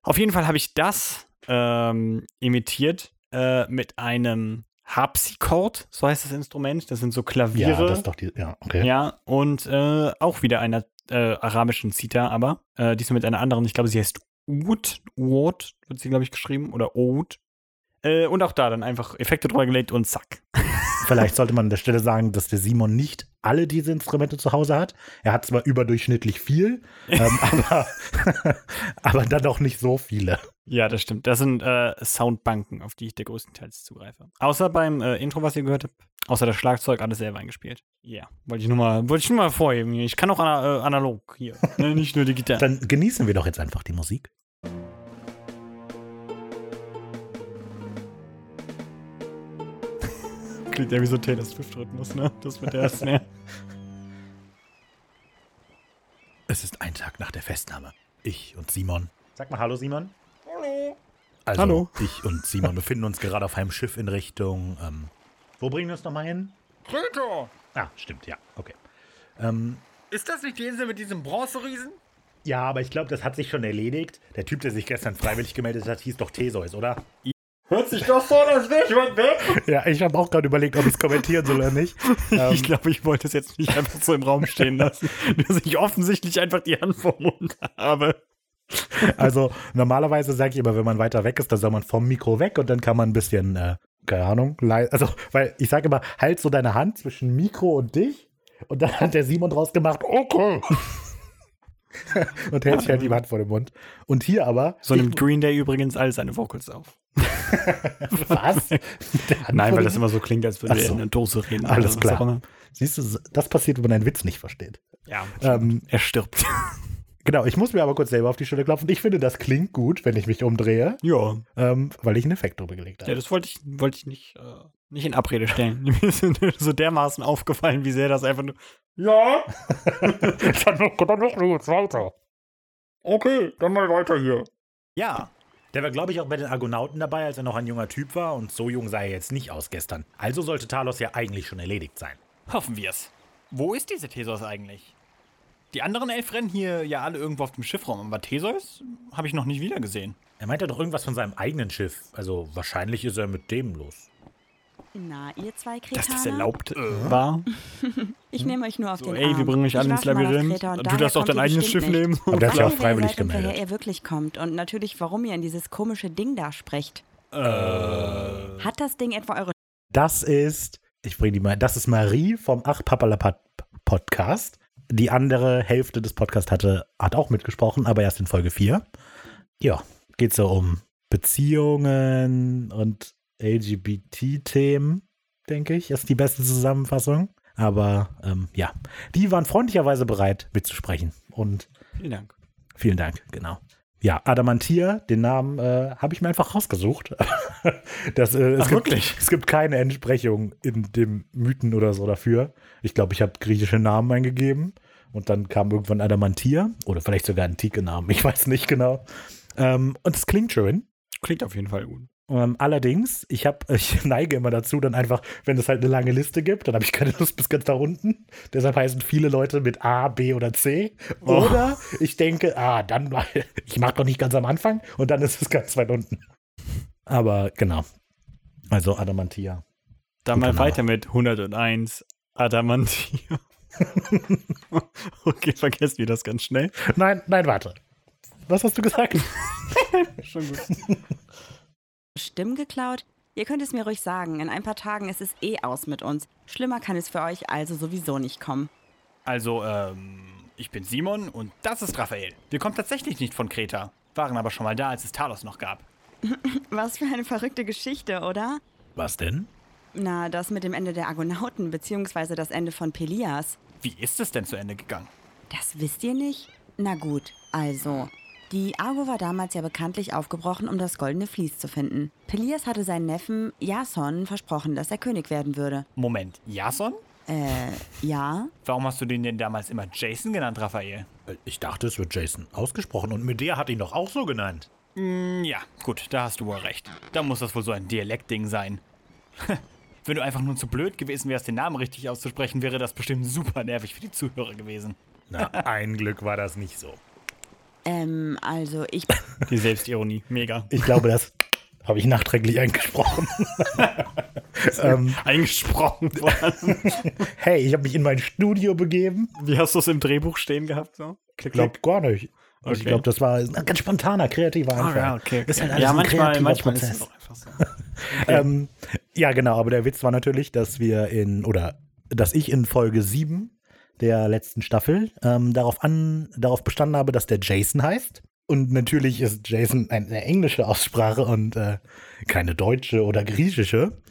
S1: Auf jeden Fall habe ich das ähm, imitiert äh, mit einem Harpsichord, so heißt das Instrument. Das sind so Klaviere.
S2: Ja, das ist doch die. Ja, okay.
S1: Ja, und äh, auch wieder einer äh, arabischen Zita, aber äh, diesmal mit einer anderen. Ich glaube, sie heißt Oud. Oud wird sie, glaube ich, geschrieben. Oder Oud. Äh, und auch da dann einfach Effekte drüber gelegt und zack.
S2: Vielleicht sollte man an der Stelle sagen, dass der Simon nicht alle diese Instrumente zu Hause hat. Er hat zwar überdurchschnittlich viel, ähm, aber, aber dann doch nicht so viele.
S1: Ja, das stimmt. Das sind äh, Soundbanken, auf die ich der größtenteils zugreife. Außer beim äh, Intro, was ihr gehört habt. Außer das Schlagzeug, alles selber eingespielt. Ja, wollte ich nur mal, wollte ich nur mal vorheben. Ich kann auch ana äh, analog hier. ne, nicht nur digital.
S2: Dann genießen wir doch jetzt einfach die Musik.
S1: Klingt ja wie so Taylor Swift-Rhythmus, ne? Das mit der Snare.
S4: Es ist ein Tag nach der Festnahme. Ich und Simon.
S2: Sag mal Hallo, Simon.
S4: Also
S1: Hallo.
S4: ich und Simon befinden uns gerade auf einem Schiff in Richtung. Ähm,
S2: Wo bringen wir uns nochmal hin?
S9: Kröto,
S2: Ah, stimmt, ja, okay. Ähm,
S9: ist das nicht die Insel mit diesem Bronzeriesen?
S2: ja, aber ich glaube, das hat sich schon erledigt. Der Typ, der sich gestern freiwillig gemeldet hat, hieß doch Theseus, oder?
S1: Hört sich doch so, als wäre jemand weg.
S2: Ja, ich habe auch gerade überlegt, ob ich es kommentieren soll oder nicht.
S1: ich glaube, ich wollte es jetzt nicht einfach so im Raum stehen lassen, dass ich offensichtlich einfach die Hand vom Mund habe.
S2: Also normalerweise sage ich immer, wenn man weiter weg ist, dann soll man vom Mikro weg und dann kann man ein bisschen, äh, keine Ahnung, lei- also weil ich sage immer, halt so deine Hand zwischen Mikro und dich und dann hat der Simon draus gemacht, okay. und hält sich halt die Hand vor dem Mund. Und hier aber,
S1: So nimmt Green Day übrigens all seine Vocals auf.
S2: was? Der Hand
S1: Nein,
S2: vor
S1: weil
S2: dem-
S1: das immer so klingt, als würde
S2: Ach
S1: er
S2: so.
S1: in einer Dose reden. oder
S2: Alles
S1: was
S2: klar.
S1: auch immer.
S2: Siehst du, das passiert, wenn man einen Witz nicht versteht.
S1: Ja,
S2: Ähm,
S1: er stirbt.
S2: genau, ich muss mir aber kurz selber auf die Schulter klopfen. Ich finde, das klingt gut, wenn ich mich umdrehe,
S1: ja.
S2: ähm, weil ich einen Effekt drüber gelegt habe.
S1: ja, das wollte ich, wollte ich nicht, äh, nicht in Abrede stellen. Mir ist nur so dermaßen aufgefallen, wie sehr das einfach nur. Ja,
S2: dann noch jetzt weiter.
S1: okay, dann mal weiter hier. Ja,
S4: der war, glaube ich, auch bei den Argonauten dabei, als er noch ein junger Typ war. Und so jung sah er jetzt nicht aus gestern. Also sollte Talos ja eigentlich schon erledigt sein.
S1: Hoffen wir's. Wo ist diese Theseus eigentlich? Die anderen elf rennen hier ja alle irgendwo auf dem Schiff rum, aber Theseus habe ich noch nicht wiedergesehen.
S4: Er meinte doch irgendwas von seinem eigenen Schiff. Also wahrscheinlich ist er mit dem los.
S10: Na, ihr zwei Kretaner.
S1: dass das erlaubt Äh, war.
S10: Ich nehme euch nur auf
S1: So,
S10: den
S1: ey,
S10: Arm.
S1: wir bringen euch
S10: Ich
S1: alle ins
S10: war schon mal auf
S1: Labyrinth.
S10: Kreta und
S1: Du
S10: daher
S1: darfst auch
S10: kommt
S1: dein
S10: ihr
S1: eigenes
S10: bestimmt
S1: Schiff nehmen.
S10: nicht.
S1: Und der hat sich
S10: Weil
S1: auch
S10: ihr
S1: freiwillig
S10: seid und Woher
S1: gemeldet.
S10: ihr wirklich kommt und natürlich, warum ihr in dieses komische Ding da sprecht. Hat das Ding etwa eure
S2: Das ist, ich bringe die mal, das ist Marie vom Ach Papalapap Podcast. Die andere Hälfte des Podcasts hatte, hat auch mitgesprochen, aber erst in Folge 4. Ja, geht so um Beziehungen und LGBT-Themen, denke ich, ist die beste Zusammenfassung. Aber ähm, ja, die waren freundlicherweise bereit, mitzusprechen. Und
S1: Vielen Dank.
S2: Vielen Dank, genau. Ja, Adamantier, den Namen äh, habe ich mir einfach rausgesucht. das, äh, es
S1: Ach,
S2: gibt,
S1: wirklich?
S2: Es gibt keine Entsprechung in dem Mythen oder so dafür. Ich glaube, ich habe griechische Namen eingegeben und dann kam irgendwann Adamantier oder vielleicht sogar antike Namen, ich weiß nicht genau. Ähm, und es klingt schön.
S1: Klingt auf jeden Fall gut.
S2: Ähm, allerdings, ich, hab, ich neige immer dazu, dann einfach, wenn es halt eine lange Liste gibt, dann habe ich keine Lust bis ganz nach unten. Deshalb heißen viele Leute mit A, B oder C.
S1: Oh.
S2: Oder ich denke, ah, dann, ich mache doch nicht ganz am Anfang und dann ist es ganz weit unten. Aber genau. Also Adamantia.
S1: Dann mal weiter mit 101 Adamantium. okay, vergessen wir das ganz schnell.
S2: Nein, nein, warte. Was hast du gesagt?
S1: Schon gut.
S10: Stimmen geklaut? Ihr könnt es mir ruhig sagen. In ein paar Tagen ist es eh aus mit uns. Schlimmer kann es für euch also sowieso nicht kommen.
S1: Also, ähm, ich bin Simon und das ist Raphael. Wir kommen tatsächlich nicht von Kreta, waren aber schon mal da, als es Talos noch gab.
S10: Was für eine verrückte Geschichte, oder?
S4: Was denn?
S10: Na, das mit dem Ende der Argonauten, beziehungsweise das Ende von Pelias.
S1: Wie ist es denn zu Ende gegangen?
S10: Das wisst ihr nicht? Na gut, also. Die Argo war damals ja bekanntlich aufgebrochen, um das goldene Vlies zu finden. Pelias hatte seinen Neffen Jason versprochen, dass er König werden würde.
S1: Moment, Jason?
S10: Äh, ja?
S1: Warum hast du den denn damals immer Jason genannt, Raphael?
S2: Ich dachte, es wird Jason ausgesprochen und Medea hat ihn doch auch so genannt.
S1: Mm, ja, gut, da hast du wohl recht. Da muss das wohl so ein Dialektding sein. Wenn du einfach nur zu blöd gewesen wärst, den Namen richtig auszusprechen, wäre das bestimmt super nervig für die Zuhörer gewesen.
S2: Na, ein Glück war das nicht so.
S10: Ähm, also ich.
S1: Die Selbstironie, mega.
S2: Ich glaube, das habe ich nachträglich eingesprochen. ähm,
S1: Eingesprochen worden.
S2: hey, ich habe mich in mein Studio begeben.
S1: Wie hast du es im Drehbuch stehen gehabt? So? Klick,
S2: Ich glaube gar nicht. Also Ich
S1: Okay.
S2: glaube, das war ein ganz spontaner, kreativer
S1: Ah,
S2: Einfall.
S1: ja, okay.
S2: Ist
S1: okay.
S2: halt alles
S1: Ja,
S2: ein
S1: manchmal,
S2: kreativer
S1: manchmal ist
S2: Prozess.
S1: es auch einfach so.
S2: Ähm, ja, genau, aber der Witz war natürlich, dass wir in, oder dass ich in Folge 7 der letzten Staffel ähm, darauf an, darauf bestanden habe, dass der Jason heißt. Und natürlich ist Jason eine englische Aussprache und äh, keine deutsche oder griechische.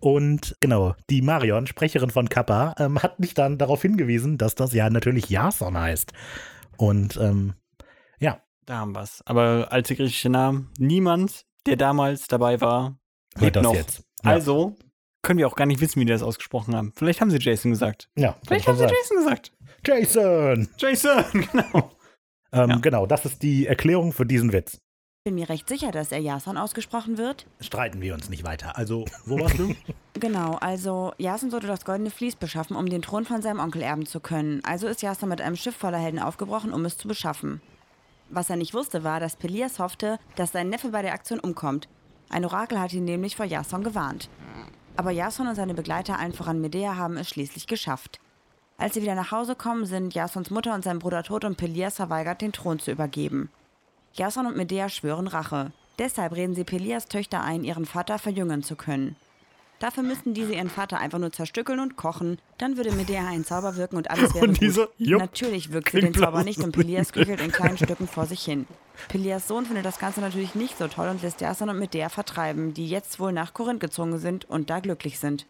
S2: Und genau, die Marion, Sprecherin von Kappa, ähm, hat mich dann darauf hingewiesen, dass das ja natürlich Jason heißt. Und ähm, ja,
S1: Da haben wir es. Aber alte griechische Namen, niemand, der damals dabei war,
S2: wird
S1: lebt
S2: das
S1: noch.
S2: jetzt. Ja.
S1: Also können wir auch gar nicht wissen, wie die das ausgesprochen haben. Vielleicht haben sie Jason gesagt.
S2: ja, kann
S1: Vielleicht
S2: schon
S1: haben sie
S2: sein.
S1: Jason gesagt.
S2: Jason!
S1: Jason, genau.
S2: Ähm,
S1: Ja.
S2: Genau, das ist die Erklärung für diesen Witz.
S10: bin mir recht sicher, dass er Jason ausgesprochen wird.
S2: Streiten wir uns nicht weiter. Also, wo warst du?
S10: Genau, also Jason sollte das goldene Vlies beschaffen, um den Thron von seinem Onkel erben zu können. Also ist Jason mit einem Schiff voller Helden aufgebrochen, um es zu beschaffen. Was er nicht wusste, war, dass Pelias hoffte, dass sein Neffe bei der Aktion umkommt. Ein Orakel hatte ihn nämlich vor Jason gewarnt. Aber Jason und seine Begleiter, allen voran Medea, haben es schließlich geschafft. Als sie wieder nach Hause kommen, sind Jasons Mutter und sein Bruder tot und Pelias verweigert, den Thron zu übergeben. Jason und Medea schwören Rache. Deshalb reden sie Pelias Töchter ein, ihren Vater verjüngen zu können. Dafür müssten diese ihren Vater einfach nur zerstückeln und kochen. Dann würde Medea einen Zauber wirken und alles wäre
S1: Und diese-
S10: gut.
S1: jupp.
S10: Natürlich wirkt sie den
S1: Klingt
S10: Zauber
S1: bloß
S10: nicht und
S1: nicht.
S10: Pelias köchelt in kleinen Stücken vor sich hin. Pelias Sohn findet das Ganze natürlich nicht so toll und lässt Jason und Medea vertreiben, die jetzt wohl nach Korinth gezogen sind und da glücklich sind.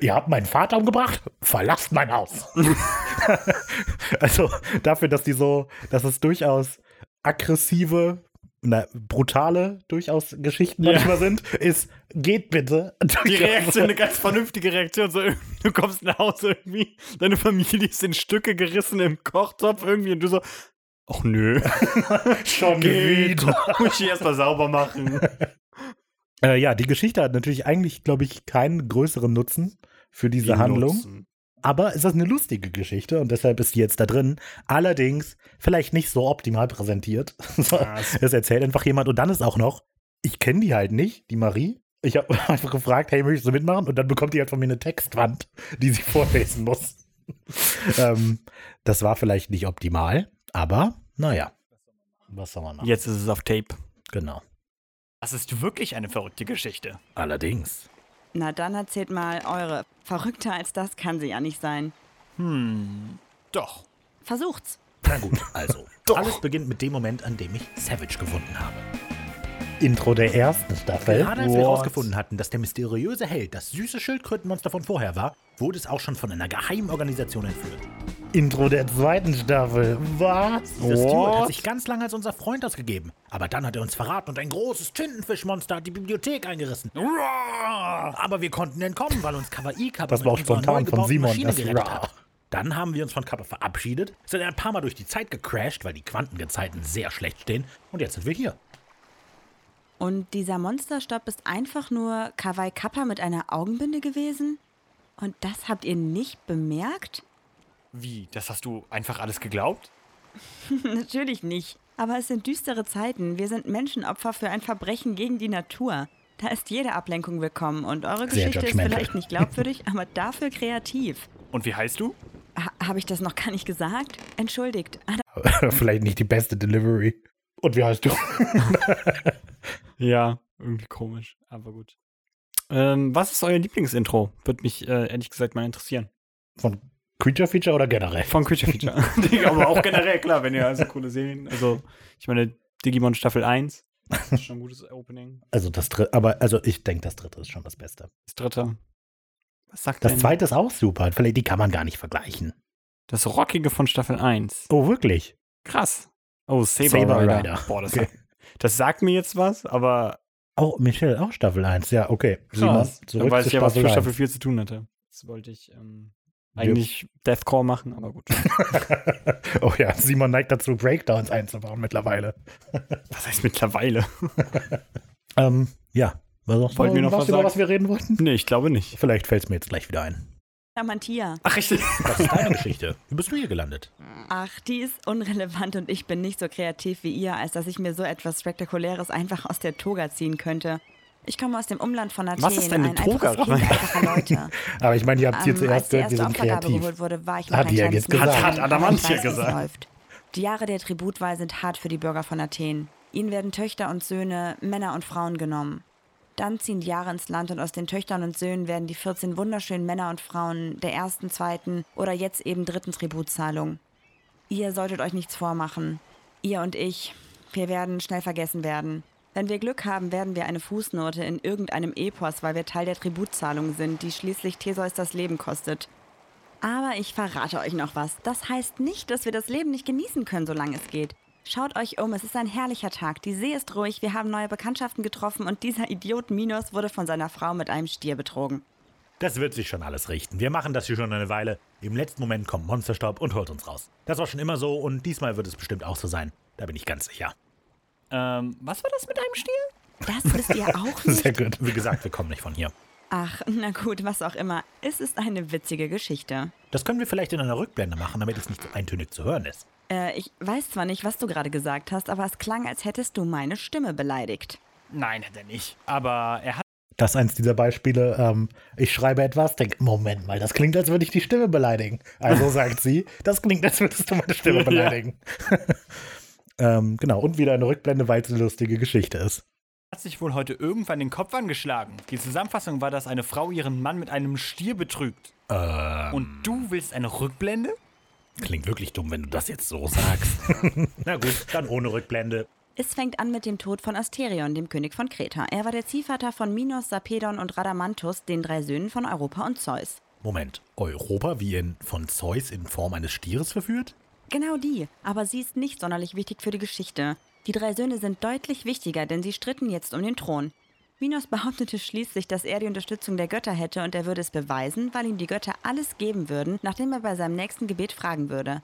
S2: Ihr habt meinen Vater umgebracht? Verlasst mein Haus. also, dafür, dass die so, dass es durchaus aggressive, na, brutale, durchaus Geschichten
S1: Ja.
S2: manchmal sind, ist, geht bitte.
S1: Die Reaktion, eine ganz vernünftige Reaktion. So, irgendwie, du kommst nach Hause irgendwie, deine Familie ist in Stücke gerissen im Kochtopf irgendwie und du so, ach nö,
S2: schon
S1: geht. Muss ich erstmal sauber machen.
S2: Äh, ja, die Geschichte hat natürlich eigentlich, glaube ich, keinen größeren Nutzen für diese Handlung. Aber es ist eine lustige Geschichte und deshalb ist die jetzt da drin. Allerdings vielleicht nicht so optimal präsentiert. So,
S1: Ah, ist-
S2: das erzählt einfach jemand und dann ist auch noch, ich kenne die halt nicht, die Marie. Ich habe einfach gefragt, hey, möchtest du mitmachen? Und dann bekommt die halt von mir eine Textwand, die sie vorlesen muss. ähm, das war vielleicht nicht optimal, aber naja. Was soll man machen?
S1: Jetzt ist es auf Tape.
S2: Genau.
S1: Das ist wirklich eine verrückte Geschichte.
S4: Allerdings.
S10: Na dann erzählt mal eure. Verrückter als das kann sie ja nicht sein.
S1: Hm, doch.
S10: Versucht's.
S4: Na gut, also. Alles beginnt mit dem Moment, an dem ich Savage gefunden habe.
S2: Intro der ersten Staffel.
S4: Gerade als wir herausgefunden hatten, dass der mysteriöse Held das süße Schildkrötenmonster von vorher war, wurde es auch schon von einer geheimen Organisation entführt.
S2: Intro der zweiten Staffel. Was?
S1: Oh.
S4: Dieser Steward hat sich ganz lange als unser Freund ausgegeben. Aber dann hat er uns verraten und ein großes Tintenfischmonster hat die Bibliothek eingerissen. Roar! Aber wir konnten entkommen, weil uns Kawaii Kappa
S2: Das war auch
S4: mit unserer
S2: spontan
S4: neu
S2: von
S4: gebauten
S2: Simon,
S4: Maschine
S2: das
S4: gerettet
S2: Roar.
S4: hat. Dann haben wir uns von Kappa verabschiedet, sind ein paar Mal durch die Zeit gecrashed, weil die Quantengezeiten sehr schlecht stehen. Und jetzt sind wir hier.
S10: Und dieser Monsterstopp ist einfach nur Kawaii Kappa mit einer Augenbinde gewesen? Und das habt ihr nicht bemerkt?
S1: Wie? Das hast du einfach alles geglaubt?
S10: Natürlich nicht. Aber es sind düstere Zeiten. Wir sind Menschenopfer für ein Verbrechen gegen die Natur. Da ist jede Ablenkung willkommen und eure
S2: Sehr
S10: Geschichte ist
S2: judgmental.
S10: vielleicht nicht glaubwürdig, aber dafür kreativ.
S1: Und wie heißt du?
S10: Ha Habe ich das noch gar nicht gesagt? Entschuldigt. Anna
S2: vielleicht nicht die beste Delivery. Und wie heißt du?
S1: Ja, irgendwie komisch, aber gut. Ähm, was ist euer Lieblingsintro? Würde mich äh, ehrlich gesagt mal interessieren.
S2: Von Creature Feature oder generell?
S1: Von Creature Feature. Digga, aber auch generell, klar, wenn ihr also coole Serien. Also, ich meine, Digimon Staffel 1. Das ist schon ein gutes Opening.
S2: Also das dritte, aber also ich denke, das dritte ist schon das Beste.
S1: Das dritte. Was sagt
S2: Das
S1: denn
S2: zweite ist auch super. Vielleicht die kann man gar nicht vergleichen.
S1: Das Rockige von Staffel 1.
S2: Oh, wirklich?
S1: Krass. Oh, Saber,
S2: Saber
S1: Rider.
S2: Rider.
S1: Boah, das,
S2: Okay.
S1: das sagt mir jetzt was, aber
S2: Oh, Michelle, auch Staffel 1. Ja, okay.
S1: krass. Dann
S2: zurück
S1: weiß
S2: zu
S1: ich ja, was für
S2: eins.
S1: Staffel 4 zu tun hatte. Das wollte ich ähm, eigentlich Deathcore machen, aber gut.
S2: oh ja, Simon neigt dazu, Breakdowns einzubauen mittlerweile.
S1: Was heißt mittlerweile?
S2: Ähm, ja. Was auch
S1: Wollten wir noch
S2: was,
S1: was
S2: über
S1: sagen?
S2: was wir reden wollten?
S1: Nee, ich glaube nicht.
S2: Vielleicht fällt es mir jetzt gleich wieder ein.
S10: Mantia.
S1: Ach, richtig.
S4: Das ist deine Geschichte. Wie bist du hier gelandet?
S10: Ach, die ist unrelevant und ich bin nicht so kreativ wie ihr, als dass ich mir so etwas Spektakuläres einfach aus der Toga ziehen könnte. Ich komme aus dem Umland von Athen,
S1: Was ist denn eine
S10: ein einfaches
S1: Toga,
S10: Kind einfacher Leute.
S2: Aber ich meine, ihr habt hier
S10: Ähm, als die
S2: zuerst gehört, wir
S10: erste
S2: sind
S10: Opfergabe
S2: kreativ.
S10: geholt wurde, war ich noch
S2: Hat
S10: ein
S2: die ja
S10: kleines
S2: jetzt gesagt.
S10: Mädchen.
S1: Hat- hat Adamantia
S10: Ich weiß, wie es
S1: gesagt.
S10: läuft. Die Jahre der Tributwahl sind hart für die Bürger von Athen. Ihnen werden Töchter und Söhne, Männer und Frauen genommen. Dann ziehen die Jahre ins Land und aus den Töchtern und Söhnen werden die 14 wunderschönen Männer und Frauen der ersten, zweiten oder jetzt eben dritten Tributzahlung. Ihr solltet euch nichts vormachen. Ihr und ich, wir werden schnell vergessen werden. Wenn wir Glück haben, werden wir eine Fußnote in irgendeinem Epos, weil wir Teil der Tributzahlung sind, die schließlich Theseus das Leben kostet. Aber ich verrate euch noch was. Das heißt nicht, dass wir das Leben nicht genießen können, solange es geht. Schaut euch um, es ist ein herrlicher Tag. Die See ist ruhig, wir haben neue Bekanntschaften getroffen und dieser Idiot Minos wurde von seiner Frau mit einem Stier betrogen.
S4: Das wird sich schon alles richten. Wir machen das hier schon eine Weile. Im letzten Moment kommt Monsterstaub und holt uns raus. Das war schon immer so und diesmal wird es bestimmt auch so sein. Da bin ich ganz sicher.
S1: Ähm, was war das mit einem Stiel?
S10: Das wisst ihr auch
S2: Sehr
S10: nicht?
S2: gut.
S4: Wie gesagt, wir kommen nicht von hier.
S10: Ach, na gut, was auch immer. Es ist eine witzige Geschichte.
S4: Das können wir vielleicht in einer Rückblende machen, damit es nicht so eintönig zu hören ist.
S10: Äh, ich weiß zwar nicht, was du gerade gesagt hast, aber es klang, als hättest du meine Stimme beleidigt.
S1: Nein, hat er nicht. Aber er hat.
S2: Das ist eins dieser Beispiele. Ähm, ich schreibe etwas, denke, Moment mal, das klingt, als würde ich die Stimme beleidigen. Also sagt sie, das klingt, als würdest du meine Stimme beleidigen. ähm, genau, und wieder eine Rückblende, weil es eine lustige Geschichte ist.
S1: hat sich wohl heute irgendwann den Kopf angeschlagen. Die Zusammenfassung war, dass eine Frau ihren Mann mit einem Stier betrügt.
S2: Ähm.
S1: Und du willst eine Rückblende?
S4: Klingt wirklich dumm, wenn du das jetzt so sagst. Na gut, dann ohne Rückblende.
S10: Es fängt an mit dem Tod von Asterion, dem König von Kreta. Er war der Ziehvater von Minos, Sapedon und Radamanthus, den drei Söhnen von Europa und Zeus.
S4: Moment, Europa wie in von Zeus in Form eines Stieres verführt?
S10: Genau die, aber sie ist nicht sonderlich wichtig für die Geschichte. Die drei Söhne sind deutlich wichtiger, denn sie stritten jetzt um den Thron. Minos behauptete schließlich, dass er die Unterstützung der Götter hätte und er würde es beweisen, weil ihm die Götter alles geben würden, nachdem er bei seinem nächsten Gebet fragen würde.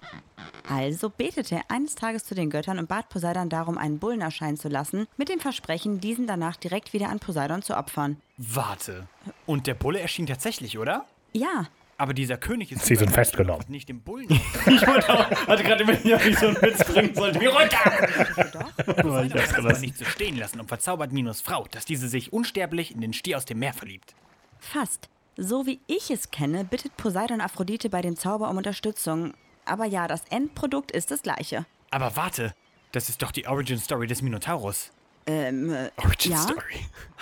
S10: Also betete er eines Tages zu den Göttern und bat Poseidon darum, einen Bullen erscheinen zu lassen, mit dem Versprechen, diesen danach direkt wieder an Poseidon zu opfern.
S1: Warte. Und der Bulle erschien tatsächlich, oder?
S10: Ja,
S1: Aber dieser König ist.
S2: Sie sind festgenommen.
S1: Nicht dem Bullen. ich wollte auch, hatte gerade überlegt, ob ich so einen Witz bringen sollte. Wie runter!
S4: Doch. Ich das aber nicht so stehen lassen und verzaubert Minos Frau, dass diese sich unsterblich in den Stier aus dem Meer verliebt.
S10: Fast. So wie ich es kenne, bittet Poseidon Aphrodite bei dem Zauber um Unterstützung. Aber ja, das Endprodukt ist das gleiche.
S4: Aber warte, das ist doch die Origin Story des Minotaurus.
S10: Ähm, äh, ja?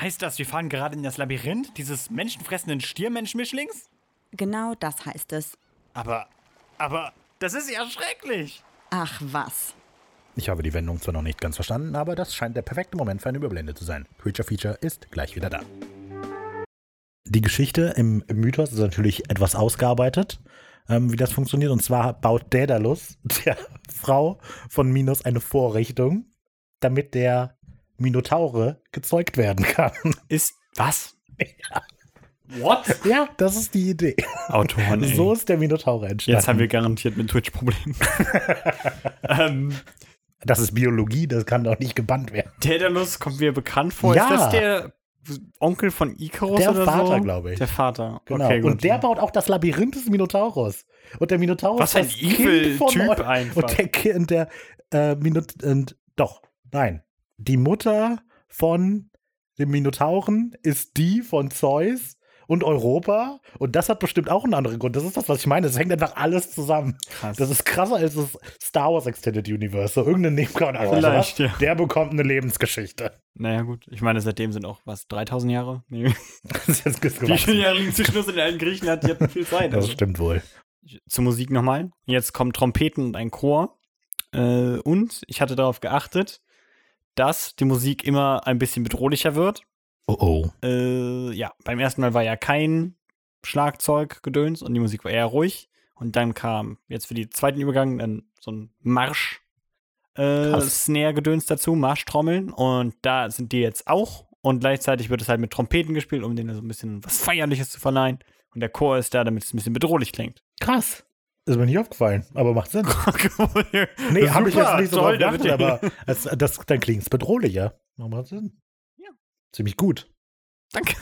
S4: Heißt das, wir fahren gerade in das Labyrinth dieses menschenfressenden Stiermenschmischlings?
S10: Genau das heißt es.
S4: Aber, aber, das ist ja schrecklich.
S10: Ach was.
S2: Ich habe die Wendung zwar noch nicht ganz verstanden, aber das scheint der perfekte Moment für eine Überblende zu sein. Creature Feature ist gleich wieder da. Die Geschichte im, im Mythos ist natürlich etwas ausgearbeitet, ähm, wie das funktioniert. Und zwar baut Daedalus der Frau von Minos eine Vorrichtung, damit der Minotaure gezeugt werden kann.
S1: Ist was?
S2: Ja.
S1: What?
S2: Ja, das ist die Idee.
S1: Autoren. ey.
S2: So ist der Minotaur entstanden.
S1: Jetzt haben wir garantiert ein Twitch-Problem. ähm,
S2: das ist Biologie, das kann doch nicht gebannt werden.
S1: Daedalus kommt mir bekannt vor.
S2: Ja.
S1: Ist das der Onkel von Icarus
S2: Der
S1: oder so?
S2: Vater, glaube ich.
S1: Der Vater.
S2: Genau.
S1: Okay, gut.
S2: und der baut auch das Labyrinth des Minotauros. Und der Minotaurus
S1: Was ein
S2: ist das Kind
S1: evil
S2: von
S1: Typ
S2: Eu-
S1: einfach.
S2: Und der, Ki- und der äh, Minot und doch, nein. Die Mutter von dem Minotauren ist die von Zeus und Europa. Und das hat bestimmt auch einen anderen Grund. Das ist das, was ich meine. Es hängt einfach alles zusammen.
S1: Krass.
S2: Das ist krasser als das Star Wars Extended Universe. So irgendein Nebengrund.
S1: Vielleicht, ja.
S2: Der bekommt eine Lebensgeschichte.
S1: Naja, gut. Ich meine, seitdem sind auch, was, 3000 Jahre? Nee.
S2: Das ist jetzt
S1: Die
S2: gewachsen.
S1: Jahre liegen zwischen uns und den alten Griechen, hat, die hatten viel Zeit.
S2: Das stimmt wohl.
S1: zur Musik nochmal. Jetzt kommen Trompeten und ein Chor. Äh, und ich hatte darauf geachtet, dass die Musik immer ein bisschen bedrohlicher wird.
S2: Oh oh.
S1: Äh, ja, beim ersten Mal war ja kein Schlagzeuggedöns und die Musik war eher ruhig. Und dann kam jetzt für die zweiten Übergang dann so ein Marsch. Äh,
S2: Krass.
S1: Snare-Gedöns dazu, Marschtrommeln und da sind die jetzt auch und gleichzeitig wird es halt mit Trompeten gespielt, um denen so ein bisschen was Feierliches zu verleihen und der Chor ist da, damit es ein bisschen bedrohlich klingt.
S2: Krass. Ist mir nicht aufgefallen, aber macht Sinn.
S1: nee,
S2: Nee, habe ich jetzt nicht so
S1: toll,
S2: drauf geachtet,
S1: damit-
S2: aber das, das, dann klingt es bedrohlicher. Macht Sinn.
S1: Ja.
S2: Ziemlich gut.
S1: Danke.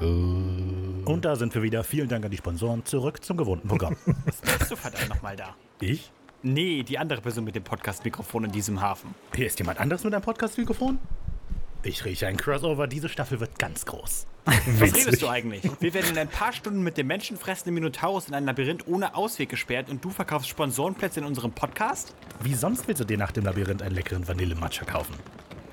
S2: Und da sind wir wieder. Vielen Dank an die Sponsoren. Zurück zum gewohnten Programm.
S4: Bist du verdammt nochmal da?
S2: ich?
S4: Nee, die andere Person mit dem Podcast-Mikrofon in diesem Hafen.
S2: Hier ist jemand anderes mit einem Podcast-Mikrofon? Ich rieche ein Crossover. Diese Staffel wird ganz groß.
S4: Was redest du eigentlich? Wir werden in ein paar Stunden mit dem menschenfressenden Minotaurus in ein Labyrinth ohne Ausweg gesperrt und du verkaufst Sponsorenplätze in unserem Podcast?
S2: Wie sonst willst du dir nach dem Labyrinth einen leckeren Vanillematscher kaufen?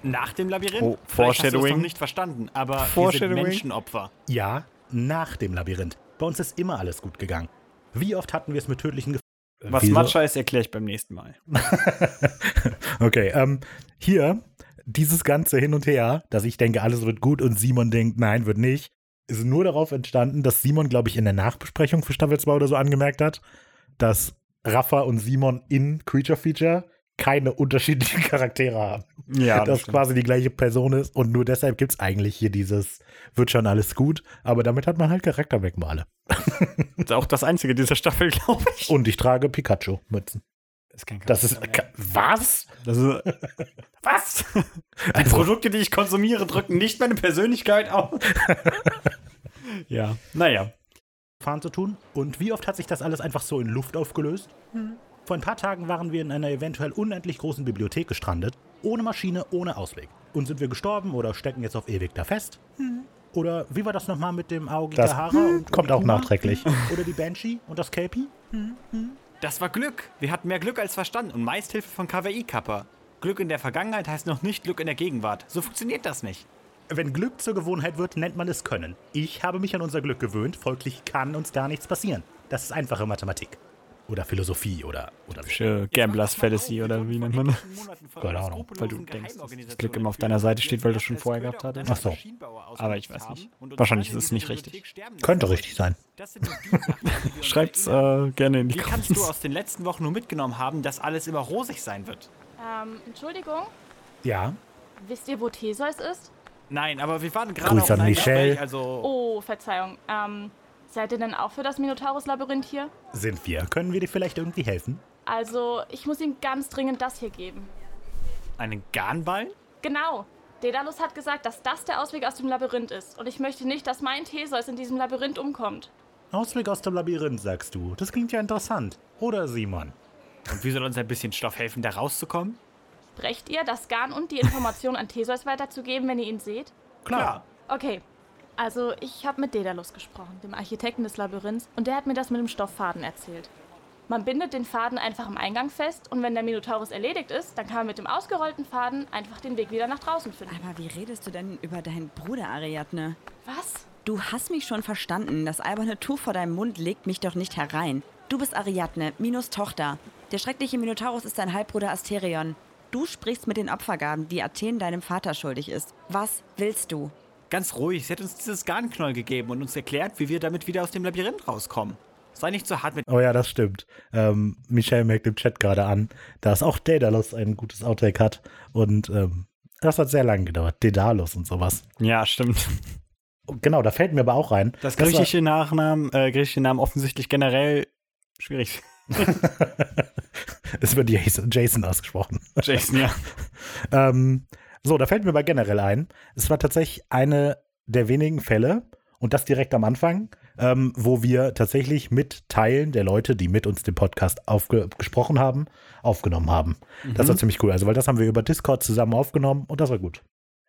S4: Nach dem Labyrinth?
S1: Oh,
S4: Vielleicht hast du es
S1: Foreshadowing.
S4: noch nicht verstanden, aber wir sind
S1: Foreshadowing.
S4: Menschenopfer.
S2: Ja, nach dem Labyrinth. Bei uns ist immer alles gut gegangen. Wie oft hatten wir es mit tödlichen Ge
S1: Was
S2: Wieso?
S1: Matcha ist, erkläre ich beim nächsten Mal.
S2: Okay, ähm, hier, dieses ganze Hin und Her, dass ich denke, alles wird gut und Simon denkt, nein, wird nicht, ist nur darauf entstanden, dass Simon, glaube ich, in der Nachbesprechung für Staffel 2 oder so angemerkt hat, dass Rafa und Simon in Creature Feature keine unterschiedlichen Charaktere haben.
S1: Ja,
S2: dass quasi die gleiche Person ist und nur deshalb gibt es eigentlich hier dieses, wird schon alles gut, aber damit hat man halt Charaktermerkmale.
S1: ist auch das einzige dieser Staffel, glaube ich.
S2: Und ich trage Pikachu-Mützen.
S1: Das ist kein
S2: Das ist. Was?
S1: das ist Was? Die Produkte, die ich konsumiere, drücken nicht meine Persönlichkeit aus. ja, naja.
S2: Fahren zu tun. Und wie oft hat sich das alles einfach so in Luft aufgelöst? Vor ein paar Tagen waren wir in einer eventuell unendlich großen Bibliothek gestrandet, ohne Maschine, ohne Ausweg. Und sind wir gestorben oder stecken jetzt auf ewig da fest? Oder wie war das nochmal mit dem Aogigahara?
S4: Das
S2: und- und
S4: kommt
S2: die
S4: auch
S2: Puma?
S4: nachträglich.
S2: Oder die Banshee und das Kelpie?
S4: Das war Glück. Wir hatten mehr Glück als Verstand und meist Hilfe von KWI-Kappa. Glück in der Vergangenheit heißt noch nicht Glück in der Gegenwart. So funktioniert das nicht.
S2: Wenn Glück zur Gewohnheit wird, nennt man es Können. Ich habe mich an unser Glück gewöhnt, folglich kann uns gar nichts passieren. Das ist einfache Mathematik. Oder Philosophie oder, oder so.
S1: Äh, Gamblers Fallacy oder wie nennt man das?
S2: Keine Ahnung.
S1: Weil du denkst, dass das Glück immer auf deiner Seite steht, weil du es schon vorher gehabt hattest.
S2: Ach so.
S1: Aber ich weiß nicht. Wahrscheinlich ist es nicht richtig.
S2: Könnte richtig sein.
S1: Schreibt's äh, gerne in die
S4: Wie kannst du
S1: Comments.
S4: aus den letzten Wochen nur mitgenommen haben, dass alles immer rosig sein wird?
S7: Ähm, Entschuldigung,
S2: Ja,
S7: wisst ihr, wo Theseus ist?
S4: Nein, aber wir waren gerade
S2: Grüß
S4: auf
S2: an
S4: einem
S2: Michelle.
S4: Gespräch, also
S7: Oh, Verzeihung. Ähm, seid ihr denn auch für das Minotaurus-Labyrinth hier?
S2: sind wir. Können wir dir vielleicht irgendwie helfen?
S7: Also, ich muss ihm ganz dringend das hier geben.
S1: Einen Garnball?
S7: Genau. Dedalus hat gesagt, dass das der Ausweg aus dem Labyrinth ist. Und ich möchte nicht, dass mein Theseus in diesem Labyrinth umkommt.
S2: Ausweg aus dem Labyrinth, sagst du. Das klingt ja interessant. Oder Simon?
S1: Und wie soll uns ein bisschen Stoff helfen, da rauszukommen?
S7: Brecht ihr das Garn und die Information an Theseus weiterzugeben, wenn ihr ihn seht?
S2: Klar.
S7: Okay. Also, ich habe mit Dedalus gesprochen, dem Architekten des Labyrinths, und der hat mir das mit dem Stofffaden erzählt. Man bindet den Faden einfach am Eingang fest und wenn der Minotaurus erledigt ist, dann kann man mit dem ausgerollten Faden einfach den Weg wieder nach draußen finden.
S10: Aber wie redest du denn über deinen Bruder, Ariadne?
S7: Was?
S10: Du hast mich schon verstanden. Das alberne Tuch vor deinem Mund legt mich doch nicht herein. Du bist Ariadne, Minos Tochter. Der schreckliche Minotaurus ist dein Halbbruder Asterion. Du sprichst mit den Opfergaben, die Athen deinem Vater schuldig ist. Was willst du?
S1: Ganz ruhig, sie hat uns dieses Garnknoll gegeben und uns erklärt, wie wir damit wieder aus dem Labyrinth rauskommen. Sei nicht so hart mit.
S2: Oh ja, das stimmt. Ähm, Michelle merkt im Chat gerade an, dass auch Daedalus ein gutes Outtake hat. Und ähm, das hat sehr lange gedauert. Daedalus und sowas.
S1: Ja, Ah, stimmt.
S2: Genau, da fällt mir aber auch rein.
S1: Das
S2: war-
S1: griechische Nachnamen, äh, griechische Namen offensichtlich generell schwierig.
S2: Es wird Jason, Jason ausgesprochen.
S1: Jason, ja.
S2: Ähm, so, da fällt mir aber generell ein, es war tatsächlich eine der wenigen Fälle, und das direkt am Anfang, ähm, wo wir tatsächlich mit Teilen der Leute, die mit uns den Podcast aufge gesprochen haben, aufgenommen haben. Das
S1: Mhm.
S2: war ziemlich cool. Also, weil das haben wir über Discord zusammen aufgenommen und das war gut.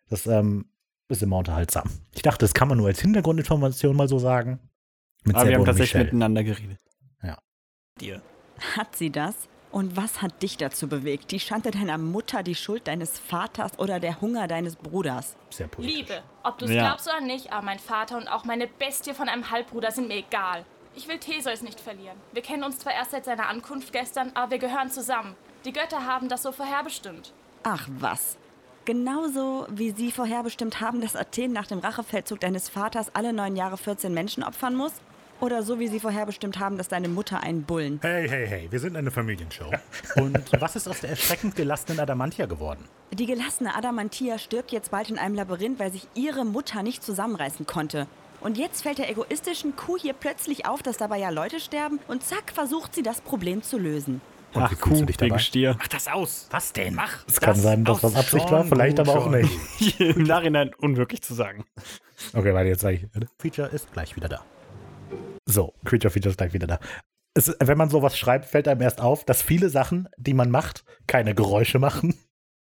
S2: Das ähm, ist immer unterhaltsam. Ich dachte, das kann man nur als Hintergrundinformation mal so sagen. Mit
S1: Aber wir
S2: Sebo
S1: haben
S2: und
S1: tatsächlich
S2: Michelle.
S1: miteinander geredet.
S2: Ja.
S1: Dir.
S10: Hat sie das? Und was hat dich dazu bewegt? Die Schande deiner Mutter, die Schuld deines Vaters oder der Hunger deines Bruders?
S2: Sehr positiv.
S7: Liebe, ob du es
S1: Ja.
S7: glaubst oder nicht, aber mein Vater und auch meine Bestie von einem Halbbruder sind mir egal. Ich will Theseus nicht verlieren. Wir kennen uns zwar erst seit seiner Ankunft gestern, aber wir gehören zusammen. Die Götter haben das so vorherbestimmt.
S10: Ach was. Genauso wie sie vorherbestimmt haben, dass Athen nach dem Rachefeldzug deines Vaters alle neun Jahre 14 Menschen opfern muss? Oder so wie sie vorherbestimmt haben, dass deine Mutter einen Bullen.
S2: Hey, hey, hey, wir sind eine Familienshow. Und
S4: Was ist aus der erschreckend gelassenen Adamantia geworden?
S10: Die gelassene Adamantia stirbt jetzt bald in einem Labyrinth, weil sich ihre Mutter nicht zusammenreißen konnte. Und jetzt fällt der egoistischen Kuh hier plötzlich auf, dass dabei ja Leute sterben und zack versucht sie das Problem zu lösen.
S2: Und
S1: Ach,
S2: wie fühlst
S1: Kuh,
S2: du dich dabei?
S1: wegen Stier.
S4: Mach das aus! Was denn? Mach!
S2: es kann sein, dass das Absicht war, vielleicht aber auch nicht.
S1: Im Nachhinein unwirklich zu sagen.
S2: Okay, warte, jetzt sage ich. warte.
S4: Feature ist gleich wieder da.
S2: So, Creature Feature ist gleich wieder da. Es, ist- wenn man sowas schreibt, fällt einem erst auf, dass viele Sachen, die man macht, keine Geräusche machen.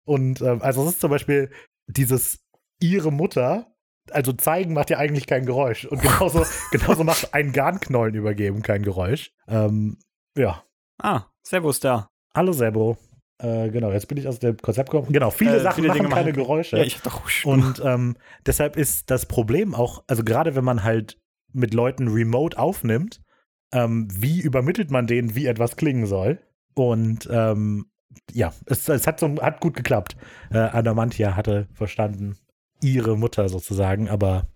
S2: Und ähm, also es ist zum Beispiel dieses ihre Mutter, also zeigen macht ja eigentlich kein Geräusch. Und genauso, genauso macht ein Garnknollen übergeben kein Geräusch. Ähm, ja,
S1: Ah, Servus da.
S2: hallo Sebo. Äh, genau, jetzt bin ich aus dem Konzept gekommen. Genau, viele
S1: Äh,
S2: Sachen
S1: viele
S2: machen
S1: Dinge
S2: keine
S1: machen-
S2: Geräusche.
S1: Ja, ich hab doch schon.
S2: Und ähm, deshalb ist das Problem auch, also gerade wenn man halt mit Leuten remote aufnimmt, ähm, wie übermittelt man denen, wie etwas klingen soll? Und ähm, ja, es, es hat, so, hat gut geklappt. Äh, Adamantia hatte verstanden, ihre Mutter sozusagen, aber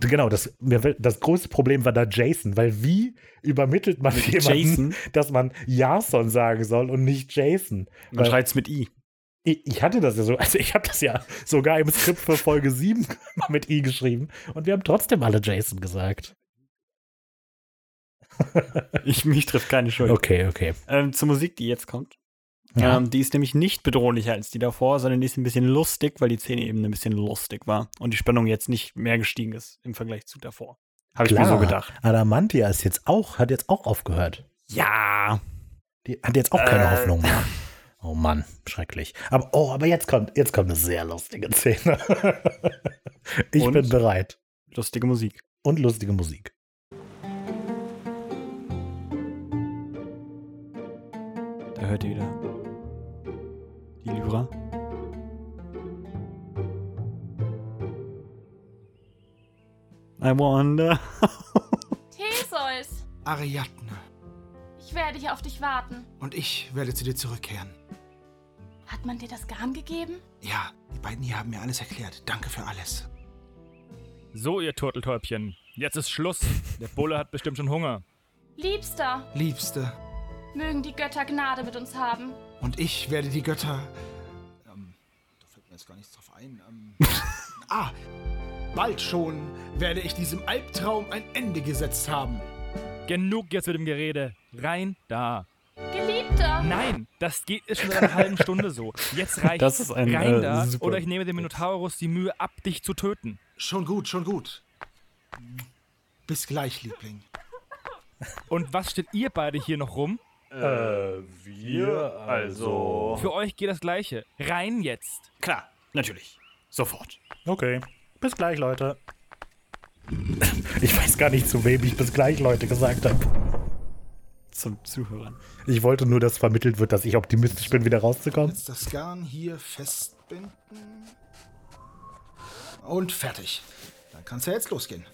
S2: genau, das, mir fällt- das größte Problem war da Jason, weil wie übermittelt man
S1: Mit
S2: jemanden,
S1: Jason?
S2: dass man Jason sagen soll und nicht Jason?
S1: Man
S2: Weil-
S1: schreit's mit I.
S2: ich, ich hatte das ja so, also ich habe das ja sogar im Skript für Folge 7 mal mit I geschrieben und wir haben trotzdem alle Jason gesagt.
S1: Ich, mich trifft keine Schuld.
S2: Okay, okay.
S1: Ähm, zur Musik, die jetzt kommt.
S2: Ja.
S1: Ähm, die ist nämlich nicht bedrohlicher als die davor, sondern die ist ein bisschen lustig, weil die Szene eben ein bisschen lustig war und die Spannung jetzt nicht mehr gestiegen ist im Vergleich zu davor. Habe ich mir so gedacht.
S2: Adamantia ist jetzt auch, hat jetzt auch aufgehört.
S1: Ja.
S2: Die hat jetzt auch keine
S1: Äh.
S2: Hoffnung mehr. Oh Mann, schrecklich. Aber oh, aber jetzt kommt, jetzt kommt eine sehr lustige Szene. ich
S1: Und?
S2: bin bereit.
S1: Lustige Musik.
S2: Und lustige Musik.
S1: Da hört ihr wieder die Lyra. I wonder.
S7: Theseus,
S9: Ariadne
S7: ich werde hier auf dich warten.
S9: und ich werde zu dir zurückkehren.
S7: Hat man dir das Garn gegeben?
S9: Ja, die beiden hier haben mir alles erklärt. Danke für alles.
S8: So, ihr Turteltäubchen, jetzt ist Schluss. Der Bulle hat bestimmt schon Hunger.
S7: Liebster,
S9: Liebste,
S7: mögen die Götter Gnade mit uns haben.
S9: und ich werde die Götter. Ähm, da fällt mir jetzt gar nichts drauf ein. Ähm, ah, bald schon werde ich diesem Albtraum ein Ende gesetzt haben.
S8: Genug jetzt mit dem Gerede. Rein da.
S7: Geliebter! liegt da.
S8: Nein, das geht ist schon seit einer halben Stunde so. Jetzt reicht
S1: Das ist ein,
S8: rein
S1: äh,
S8: da
S1: super-
S8: oder ich nehme dem Minotaurus die Mühe ab, dich zu töten.
S9: Schon gut, schon gut. Bis gleich, Liebling.
S8: Und was steht ihr beide hier noch rum?
S1: wir also.
S8: Für euch geht das Gleiche. Rein jetzt.
S1: Klar, natürlich. Sofort.
S2: Okay. Bis gleich, Leute. Ich weiß gar nicht, zu wem ich bis gleich, Leute, gesagt habe.
S1: Zum Zuhören.
S2: Ich wollte nur, dass vermittelt wird, dass ich optimistisch bin, wieder rauszukommen.
S9: Jetzt das Garn hier festbinden. Und fertig. Dann kann's ja jetzt losgehen.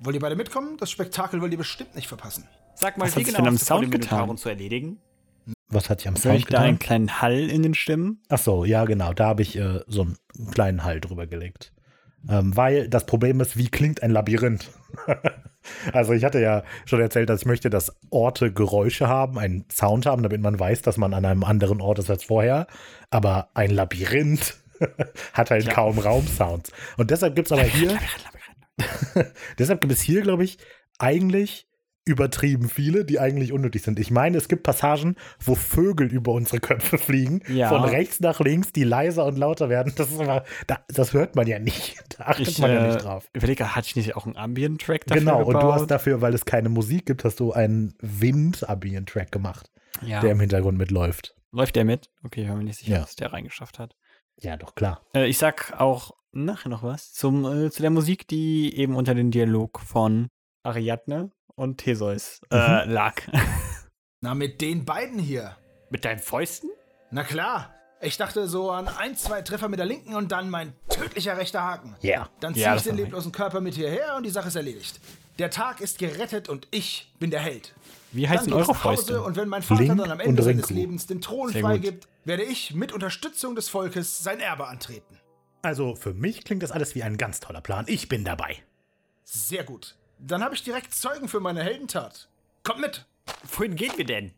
S9: Wollt ihr beide mitkommen? Das Spektakel wollt ihr bestimmt nicht verpassen.
S1: Sag mal,
S9: Was
S1: wie
S9: hat's
S1: genau
S9: denn am
S1: hast du vor,
S9: Sound
S1: den Minotauren
S9: getan?
S1: zu erledigen?
S2: Was hatte ich am
S1: Soll
S2: Sound
S1: ich da einen
S2: getan?
S1: kleinen Hall in den Stimmen?
S2: Ach so, ja, genau. Da habe ich äh, so einen kleinen Halt drüber gelegt. Ähm, weil das Problem ist, wie klingt ein Labyrinth? also ich hatte ja schon erzählt, dass ich möchte, dass Orte Geräusche haben, einen Sound haben, damit man weiß, dass man an einem anderen Ort ist als vorher. Aber ein Labyrinth hat halt kaum Raumsounds. Und deshalb gibt es aber hier... Deshalb gibt es hier, glaube ich, eigentlich übertrieben viele, die eigentlich unnötig sind. Ich meine, es gibt Passagen, wo Vögel über unsere Köpfe fliegen,
S1: Ja.
S2: von rechts nach links, die leiser und lauter werden. Das ist aber, da, das hört man ja nicht. Da achtet
S1: Ich
S2: man ja
S1: äh,
S2: nicht drauf.
S1: überlege, hatte ich nicht auch einen Ambient-Track dafür
S2: Genau, und
S1: gebaut?
S2: du hast dafür, weil es keine Musik gibt, hast du einen Wind-Ambient-Track gemacht,
S1: ja.
S2: der im Hintergrund mitläuft.
S1: Läuft der mit? Okay, ich war mir nicht sicher,
S2: Ja.
S1: dass der reingeschafft hat.
S2: Ja, doch, klar.
S1: Äh, ich sag auch nachher noch was zum, äh, zu der Musik, die eben unter dem Dialog von Ariadne und Theseus äh,
S2: Mhm.
S1: lag.
S9: Na, mit den beiden hier.
S1: Mit deinen Fäusten?
S9: Na klar. Ich dachte so an ein, zwei Treffer mit der linken und dann mein tödlicher rechter Haken.
S2: Ja.
S9: Dann
S1: Ja,
S9: ziehe ich
S1: das
S9: den
S1: war mein-
S9: leblosen Körper mit hierher und die Sache ist erledigt. Der Tag ist gerettet und ich bin der Held.
S1: Wie heißen
S9: Dann geht's
S1: eure
S9: nach Hause
S1: Fäuste?
S9: Und wenn mein Vater
S2: Link
S9: dann am
S2: und
S9: Ende seines
S2: Renku.
S9: Lebens den Thron
S1: Sehr
S9: freigibt, werde ich mit Unterstützung des Volkes sein Erbe antreten.
S2: Also für mich klingt das alles wie ein ganz toller Plan. Ich bin dabei.
S9: Sehr gut. Dann habe ich direkt Zeugen für meine Heldentat. Kommt mit.
S1: Wohin gehen wir denn?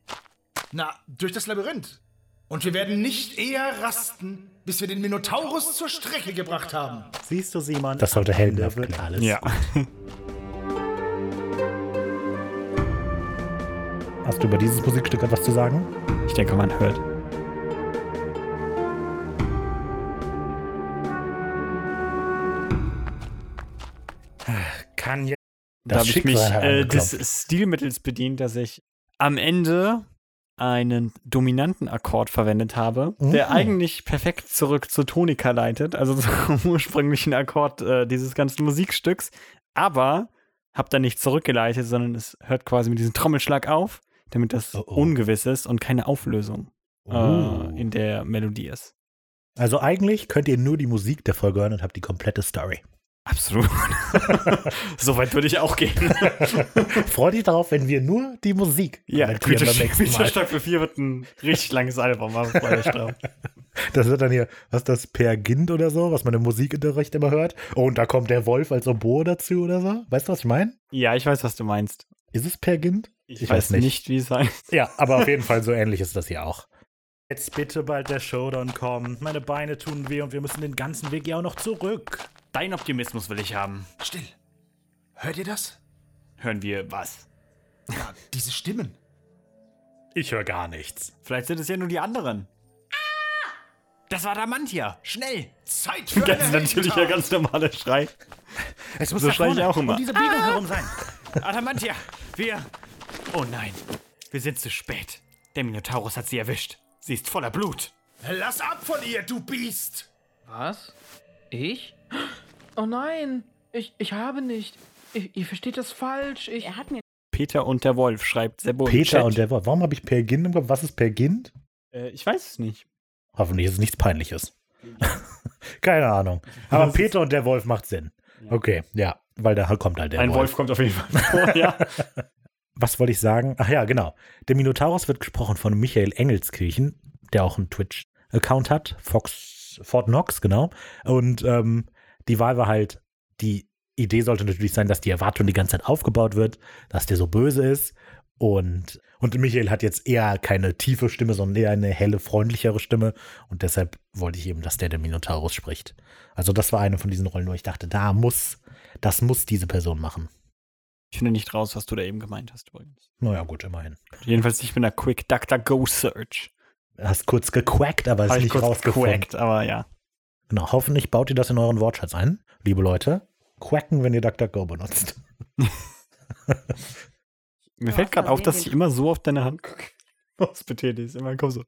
S9: Na, durch das Labyrinth. Und wir werden nicht eher rasten, bis wir den Minotaurus zur Strecke gebracht haben.
S2: Siehst du, Simon? Das sollte heldenhaft wird alles.
S1: Ja.
S2: Hast du über dieses Musikstück etwas zu sagen?
S1: Ich denke, man hört.
S2: Kann ja.
S1: da habe ich mich äh,
S2: herangeklopft.
S1: des Stilmittels bedient, dass ich am Ende einen dominanten Akkord verwendet habe, der
S2: Mhm.
S1: eigentlich perfekt zurück zur Tonika leitet, also zum ursprünglichen Akkord äh, dieses ganzen Musikstücks, aber habe dann nicht zurückgeleitet, sondern es hört quasi mit diesem Trommelschlag auf, damit das
S2: Oh, oh.
S1: ungewiss ist und keine Auflösung
S2: Oh.
S1: äh, in der Melodie ist.
S2: Also eigentlich könnt ihr nur die Musik der Folge hören und habt die komplette Story.
S1: Absolut. Soweit würde ich auch gehen.
S2: Freut dich darauf, wenn wir nur die Musik
S1: Ja,
S2: kommentieren
S1: Creature
S2: beim nächsten Mal.
S1: Staffel 4 wird ein richtig langes Album, aber freue ich drauf.
S2: Das wird dann hier, was ist das, Per Gind oder so, was man im Musikunterricht immer hört. Oh, und da kommt der Wolf als Oboe dazu oder so. Weißt du, was ich meine?
S1: Ja, ich weiß, was du meinst.
S2: Ist es Per Gind?
S1: Ich, weiß, nicht, wie es heißt.
S2: Ja, aber auf jeden Fall so ähnlich ist das hier auch. Jetzt bitte bald der Showdown kommen.
S4: Meine Beine tun weh und wir müssen den ganzen Weg ja auch noch zurück.
S1: Dein Optimismus will ich haben.
S9: Still. Hört ihr das?
S1: Hören wir was?
S9: Ja, diese Stimmen.
S2: Ich höre gar nichts.
S1: Vielleicht sind es ja nur die anderen. Das war Damantia. Schnell.
S9: Zeit für
S1: Ganz
S9: eine
S1: natürlich
S9: Heldentat.
S1: ein ganz normaler Schrei.
S4: Es muss
S1: So
S4: da
S1: schrei ich
S4: vorne
S1: auch immer. Ah.
S4: um diese Biegung herum sein.
S1: Adamantia, wir. Oh nein, wir sind zu spät. Der Minotaurus hat sie erwischt. Sie ist voller Blut.
S9: Lass ab von ihr, du Biest!
S11: Was? Ich? Oh nein! Ich, ich habe nicht. Ihr, ihr versteht das falsch. Ich.
S10: Er hat mir
S1: Peter und der Wolf schreibt Sebo im Chat.
S2: Peter und der Wolf. Warum habe ich Per Gind im Kopf? Was ist Per Gind?
S1: äh, ich weiß es nicht.
S2: Hoffentlich ist es nichts Peinliches. Keine Ahnung. Aber Peter und der Wolf macht Sinn. Okay, ja, weil da kommt halt der
S1: Ein
S2: Wolf.
S1: Wolf kommt auf jeden Fall vor, ja.
S2: Was wollte ich sagen? Ach ja, genau. Der Minotaurus wird gesprochen von Michael Engelskirchen, der auch einen Twitch-Account hat. Fox, Fort Knox, genau. Und ähm, die Wahl war halt, die Idee sollte natürlich sein, dass die Erwartung die ganze Zeit aufgebaut wird, dass der so böse ist. Und, und Michael hat jetzt eher keine tiefe Stimme, sondern eher eine helle, freundlichere Stimme. Und deshalb wollte ich eben, dass der der Minotaurus spricht. Also das war eine von diesen Rollen, wo ich dachte, da muss, das muss diese Person machen.
S1: Ich finde nicht raus, was du da eben gemeint hast übrigens.
S2: Naja, gut, immerhin.
S1: Jedenfalls nicht mit einer Quick Duck Duck Go Search.
S2: Hast kurz gequackt, aber ist
S1: Hab ich
S2: nicht
S1: kurz
S2: rausgefunden.
S1: gequackt, aber ja.
S2: Genau, hoffentlich baut ihr das in euren Wortschatz ein, liebe Leute. Quacken, wenn ihr DuckDuckGo benutzt.
S1: Mir fällt gerade auf, dass ich immer so auf deine Hand gucke. Was betätigt ist. Immer komm so.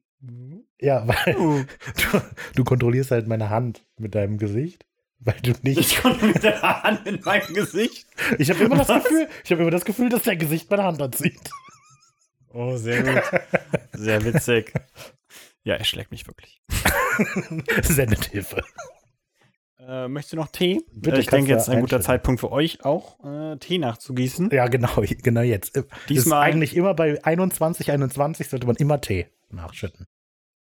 S2: Ja, weil
S1: Uh.
S2: du, du kontrollierst halt meine Hand mit deinem Gesicht, weil du nicht. Ich
S1: kontrolliere deine Hand mit meinem Gesicht.
S2: Ich habe immer das
S1: Was?
S2: Gefühl, ich habe immer das Gefühl, dass dein Gesicht meine Hand anzieht.
S1: Oh, sehr gut. Sehr witzig. Ja, er schlägt mich wirklich.
S2: Sendet Hilfe.
S1: Äh, möchtest du noch Tee?
S2: Bitte,
S1: Bitte, ich denke,
S2: kannst du
S1: jetzt ist ein guter
S2: einschütten.
S1: Zeitpunkt für euch auch, äh, Tee nachzugießen.
S2: Ja, genau, genau jetzt. Das
S1: Diesmal-
S2: ist eigentlich immer bei 21, 21 sollte man immer Tee nachschütten.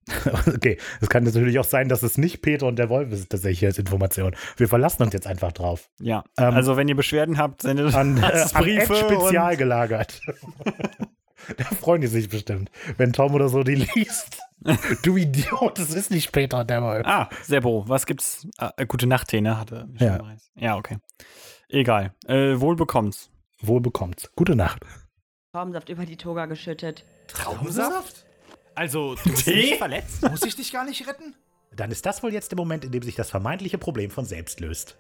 S2: okay, es kann natürlich auch sein, dass es nicht Peter und der Wolf ist, tatsächlich als Information. Wir verlassen uns jetzt einfach drauf.
S1: Ja,
S2: Ähm,
S1: also wenn ihr Beschwerden habt, sendet
S2: An, äh,
S1: uns
S2: an
S1: Briefe
S2: Ed spezial
S1: und-
S2: gelagert. da freuen die sich bestimmt, wenn Tom oder so die liest. du Idiot, das ist nicht Peter und der Wolf.
S1: Ah, Sebo, was gibt's? Ah, äh, gute Nacht, Tee, ne? Hatte mir schon
S2: Ja.
S1: bereits. ja, okay. Egal. Äh, wohl bekommt's.
S2: Wohl bekommt's. Gute Nacht.
S10: Traubensaft über die Toga geschüttet.
S2: Traubensaft?
S4: Also, du bist
S2: Tee?
S4: nicht verletzt?
S9: Muss ich dich gar nicht retten?
S2: Dann ist das wohl jetzt der Moment, in dem sich das vermeintliche Problem von selbst löst.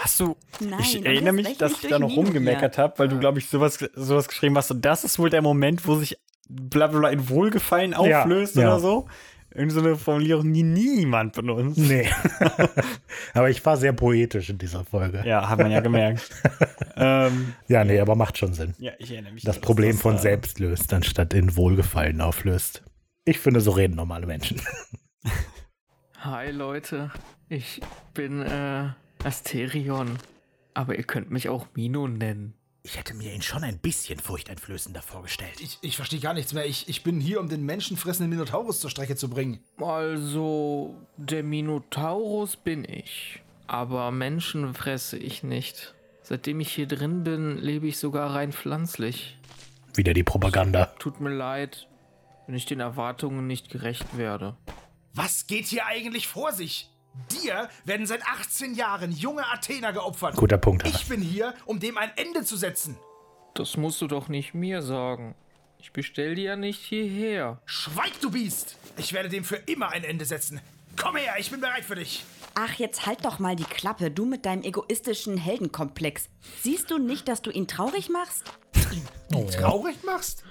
S1: Hast du.
S10: Nein,
S1: ich
S10: und jetzt
S1: erinnere mich,
S10: rechne
S1: dass
S10: ich
S1: ich da
S10: durch
S1: noch
S10: Nino
S1: rumgemeckert habe, weil du, glaube ich, sowas, sowas geschrieben hast. Und das ist wohl der Moment, wo sich bla bla bla in Wohlgefallen
S2: Ja,
S1: auflöst
S2: ja.
S1: oder so. Irgend so eine Formulierung, die niemand benutzt.
S2: Nee. aber ich war sehr poetisch in dieser Folge.
S1: Ja, hat man ja gemerkt. ähm,
S2: ja, nee, aber macht schon Sinn.
S1: Ja, ich erinnere mich.
S2: das
S1: dass
S2: Problem
S1: das,
S2: von
S1: äh,
S2: selbst löst, anstatt in Wohlgefallen auflöst. Ich finde, so reden normale Menschen.
S11: Hi Leute, ich bin äh, Asterion, aber ihr könnt mich auch Mino nennen.
S4: Ich hätte mir ihn schon ein bisschen furchteinflößender vorgestellt.
S9: Ich, ich verstehe gar nichts mehr. Ich, ich bin hier, um den menschenfressenden Minotaurus zur Strecke zu bringen.
S11: Also, der Minotaurus bin ich, aber Menschen fresse ich nicht. Seitdem ich hier drin bin, lebe ich sogar rein pflanzlich.
S2: Wieder die Propaganda.
S11: Tut mir leid, wenn ich den Erwartungen nicht gerecht werde.
S9: Was geht hier eigentlich vor sich? Dir werden seit 18 Jahren junge Athener geopfert.
S2: Guter Punkt, Hanna.
S9: Ich bin hier, um dem ein Ende zu setzen.
S11: Das musst du doch nicht mir sagen. Ich bestell die ja nicht hierher.
S9: Schweig, du Biest! Ich werde dem für immer ein Ende setzen. Komm her, ich bin bereit für dich.
S10: Ach, jetzt halt doch mal die Klappe, du mit deinem egoistischen Heldenkomplex. Siehst du nicht, dass du ihn traurig machst?
S3: Oh.
S9: Traurig machst?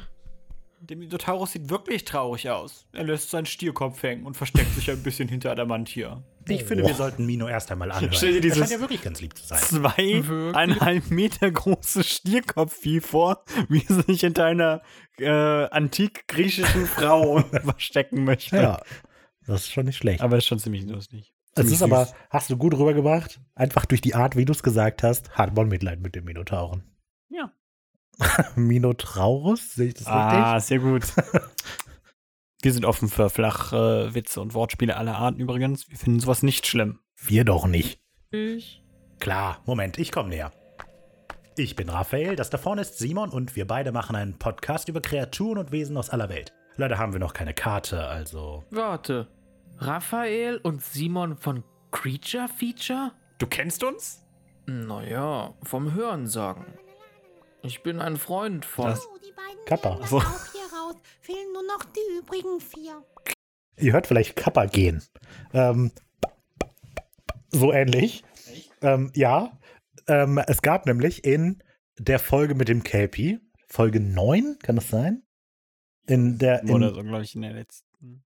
S1: Der Minotaurus sieht wirklich traurig aus. Er lässt seinen Stierkopf hängen und versteckt sich ein bisschen hinter Adamantia.
S2: Ich finde, wir sollten Mino erst einmal anhören.
S1: Stell dir
S2: Er
S1: dieses
S2: scheint ja wirklich ganz lieb zu sein.
S1: zweieinhalb Meter große Stierkopfvieh vor, wie es sich hinter einer äh, antik-griechischen Frau verstecken möchte.
S2: Ja, das ist schon nicht schlecht.
S1: Aber ist schon ziemlich lustig.
S2: Es
S1: Ziemlich
S2: ist
S1: süß.
S2: aber, hast du gut rübergebracht, einfach durch die Art, wie du es gesagt hast, hat man Mitleid mit dem Minotauren.
S1: Ja.
S2: Minotaurus, sehe ich das
S1: Ah,
S2: richtig?
S1: sehr gut. Wir sind offen für flache Witze und Wortspiele aller Arten übrigens. Wir finden sowas nicht schlimm.
S2: Wir doch nicht.
S11: Ich?
S2: Klar, Moment, ich komme näher. Ich bin Raphael, das da vorne ist Simon und wir beide machen einen Podcast über Kreaturen und Wesen aus aller Welt. Leider haben wir noch keine Karte, also.
S11: Warte. Raphael und Simon von Creature Feature?
S4: Du kennst uns?
S11: Naja, vom Hören sagen. Ich bin ein Freund von.
S2: Das-
S12: Oh,
S2: Kappa.
S12: Also. Auch hier raus. Fehlen nur noch die übrigen vier.
S2: Ihr hört vielleicht Kappa gehen. Ähm, so ähnlich. Ähm, ja. Ähm, es gab nämlich in der Folge mit dem Kelpie, Folge 9, kann das sein? In der.
S1: Oder
S2: In,
S1: so, glaube ich, in der letzten.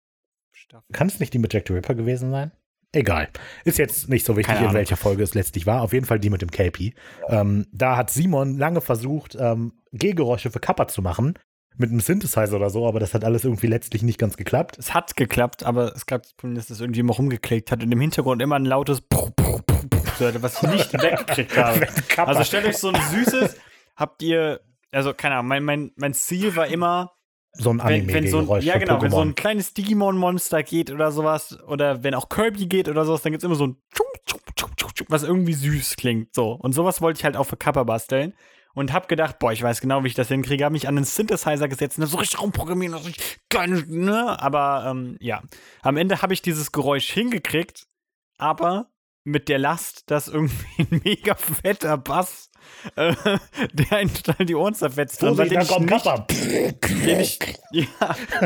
S2: kann es nicht die mit Jack the Ripper gewesen sein? Egal. Ist jetzt nicht so wichtig,
S1: Keine
S2: in
S1: Ahnung.
S2: welcher Folge es letztlich war. Auf jeden Fall die mit dem Kelpie. Ähm, da hat Simon lange versucht, ähm, Gehgeräusche für Kappa zu machen. Mit einem Synthesizer oder so, aber das hat alles irgendwie letztlich nicht ganz geklappt.
S1: Es hat geklappt, aber es gab das Problem, dass es irgendwie immer rumgeklickt hat und im Hintergrund immer ein lautes Puh, Puh, Puh, Puh zu hören, was ich nicht weggekriegt habe.
S2: Kappa.
S1: Also stellt euch so ein süßes, habt ihr, also keine Ahnung, mein, mein, mein Ziel war immer,
S2: So ein
S1: wenn, wenn so ein,
S2: Anime-Geräusch.
S1: ja
S2: für
S1: genau, wenn so
S2: Pokémon.
S1: ein kleines Digimon-Monster geht oder sowas, oder wenn auch Kirby geht oder sowas, dann gibt es immer so ein Tschung, Tschung, Tschung, Tschung, Tschung, was irgendwie süß klingt, so. Und sowas wollte ich halt auch für Kappa basteln. Und hab gedacht, boah, ich weiß genau, wie ich das hinkriege. Hab mich an den Synthesizer gesetzt und hab so richtig rumprogrammiert. und so richtig geil, ne? Aber ähm, ja, am Ende habe ich dieses Geräusch hingekriegt, aber mit der Last, dass irgendwie ein mega fetter Bass, äh, der einen total die Ohren zerfetzt hat,
S2: Vorsicht,
S1: den
S2: da
S1: ich,
S2: kommt
S1: nicht,
S2: Kappa.
S1: den, ich, ja,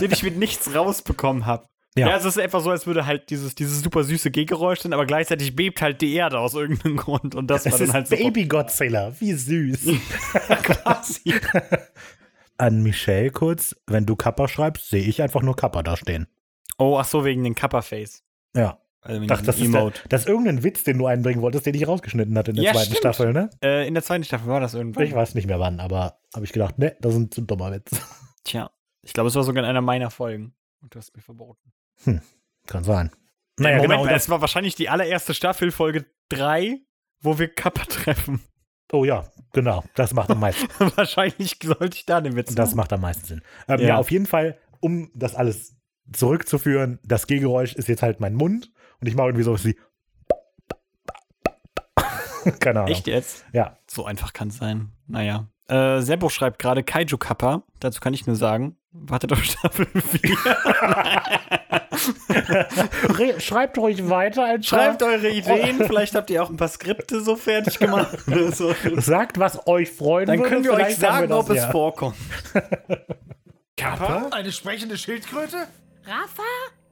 S1: den ich mit nichts rausbekommen habe.
S2: Ja.
S1: Ja. es ist einfach so, als würde halt dieses, dieses super süße Gehgeräusch sein, aber gleichzeitig bebt halt die Erde aus irgendeinem Grund und das,
S2: Es
S1: war
S2: ist
S1: dann halt so.
S2: Baby Godzilla, wie süß. An Michelle kurz, wenn du Kappa schreibst, sehe ich einfach nur Kappa da stehen.
S1: Oh, ach so, wegen den Kappa-Face.
S2: Ja.
S1: Also wegen
S2: Dachte, das,
S1: diesem
S2: ist der,
S1: Emote.
S2: das ist irgendein Witz, den du einbringen wolltest, den ich rausgeschnitten hatte in der
S1: Ja,
S2: zweiten
S1: stimmt.
S2: Staffel, ne?
S1: Äh, in der zweiten Staffel war das irgendwann.
S2: Ich weiß nicht mehr wann, aber habe ich gedacht, ne, das ist ein zu dummer Witz.
S1: Tja, ich glaube, es war sogar in einer meiner Folgen. Und du hast mir verboten.
S2: Kann sein.
S1: Naja, Moment,
S2: genau,
S1: mal,
S2: das-
S1: es war wahrscheinlich die allererste Staffel, Folge 3, wo wir Kappa treffen.
S2: Oh ja, genau. Das macht am meisten.
S1: wahrscheinlich sollte ich da den Witz
S2: Das macht am meisten Sinn. Ähm, ja.
S1: Ja.
S2: auf jeden Fall, um das alles zurückzuführen, das Gehgeräusch ist jetzt halt mein Mund und ich mache irgendwie sowas wie. Keine Ahnung.
S1: Echt jetzt?
S2: Ja.
S1: So einfach kann es sein. Naja. Äh, Seppo schreibt gerade Kaiju Kappa. Dazu kann ich nur sagen, wartet auf Staffel 4.
S2: Re- Schreibt ruhig weiter. Ein paar-
S1: Schreibt eure Ideen. Vielleicht habt ihr auch ein paar Skripte so fertig gemacht. oder so.
S2: Sagt, was euch freuen
S1: Dann
S2: würde.
S1: können wir euch
S2: Vielleicht
S1: sagen,
S2: haben wir das
S1: ob es
S2: ja.
S1: vorkommt.
S9: Kappa? Eine sprechende Schildkröte?
S12: Rafa?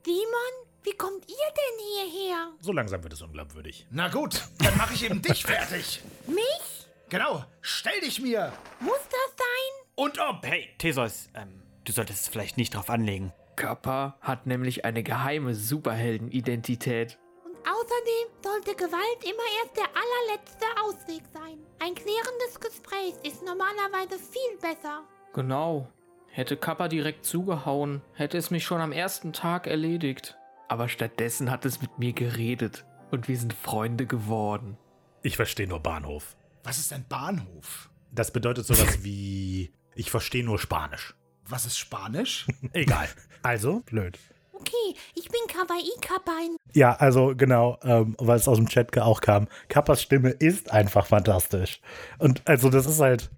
S12: Demon? Wie kommt ihr denn hierher?
S2: So langsam wird es unglaubwürdig.
S9: Na gut, dann mache ich eben dich fertig.
S12: Mich?
S9: Genau, stell dich mir.
S12: Muss das sein?
S1: Und ob. Hey, Theseus, ähm, du solltest es vielleicht nicht drauf anlegen.
S11: Kappa hat nämlich eine geheime Superheldenidentität.
S12: Und außerdem sollte Gewalt immer erst der allerletzte Ausweg sein. Ein klärendes Gespräch ist normalerweise viel besser.
S11: Genau. Hätte Kappa direkt zugehauen, hätte es mich schon am ersten Tag erledigt. Aber stattdessen hat es mit mir geredet und wir sind Freunde geworden.
S2: Ich verstehe nur Bahnhof.
S9: Was ist ein Bahnhof?
S2: Das bedeutet sowas wie. Ich verstehe nur Spanisch.
S9: Was ist Spanisch?
S2: Egal. Also, blöd.
S12: Okay, ich bin Kawaii Kappa.
S2: Ja, also genau, ähm, weil es aus dem Chat auch kam. Kappas Stimme ist einfach fantastisch. Und also das ist halt,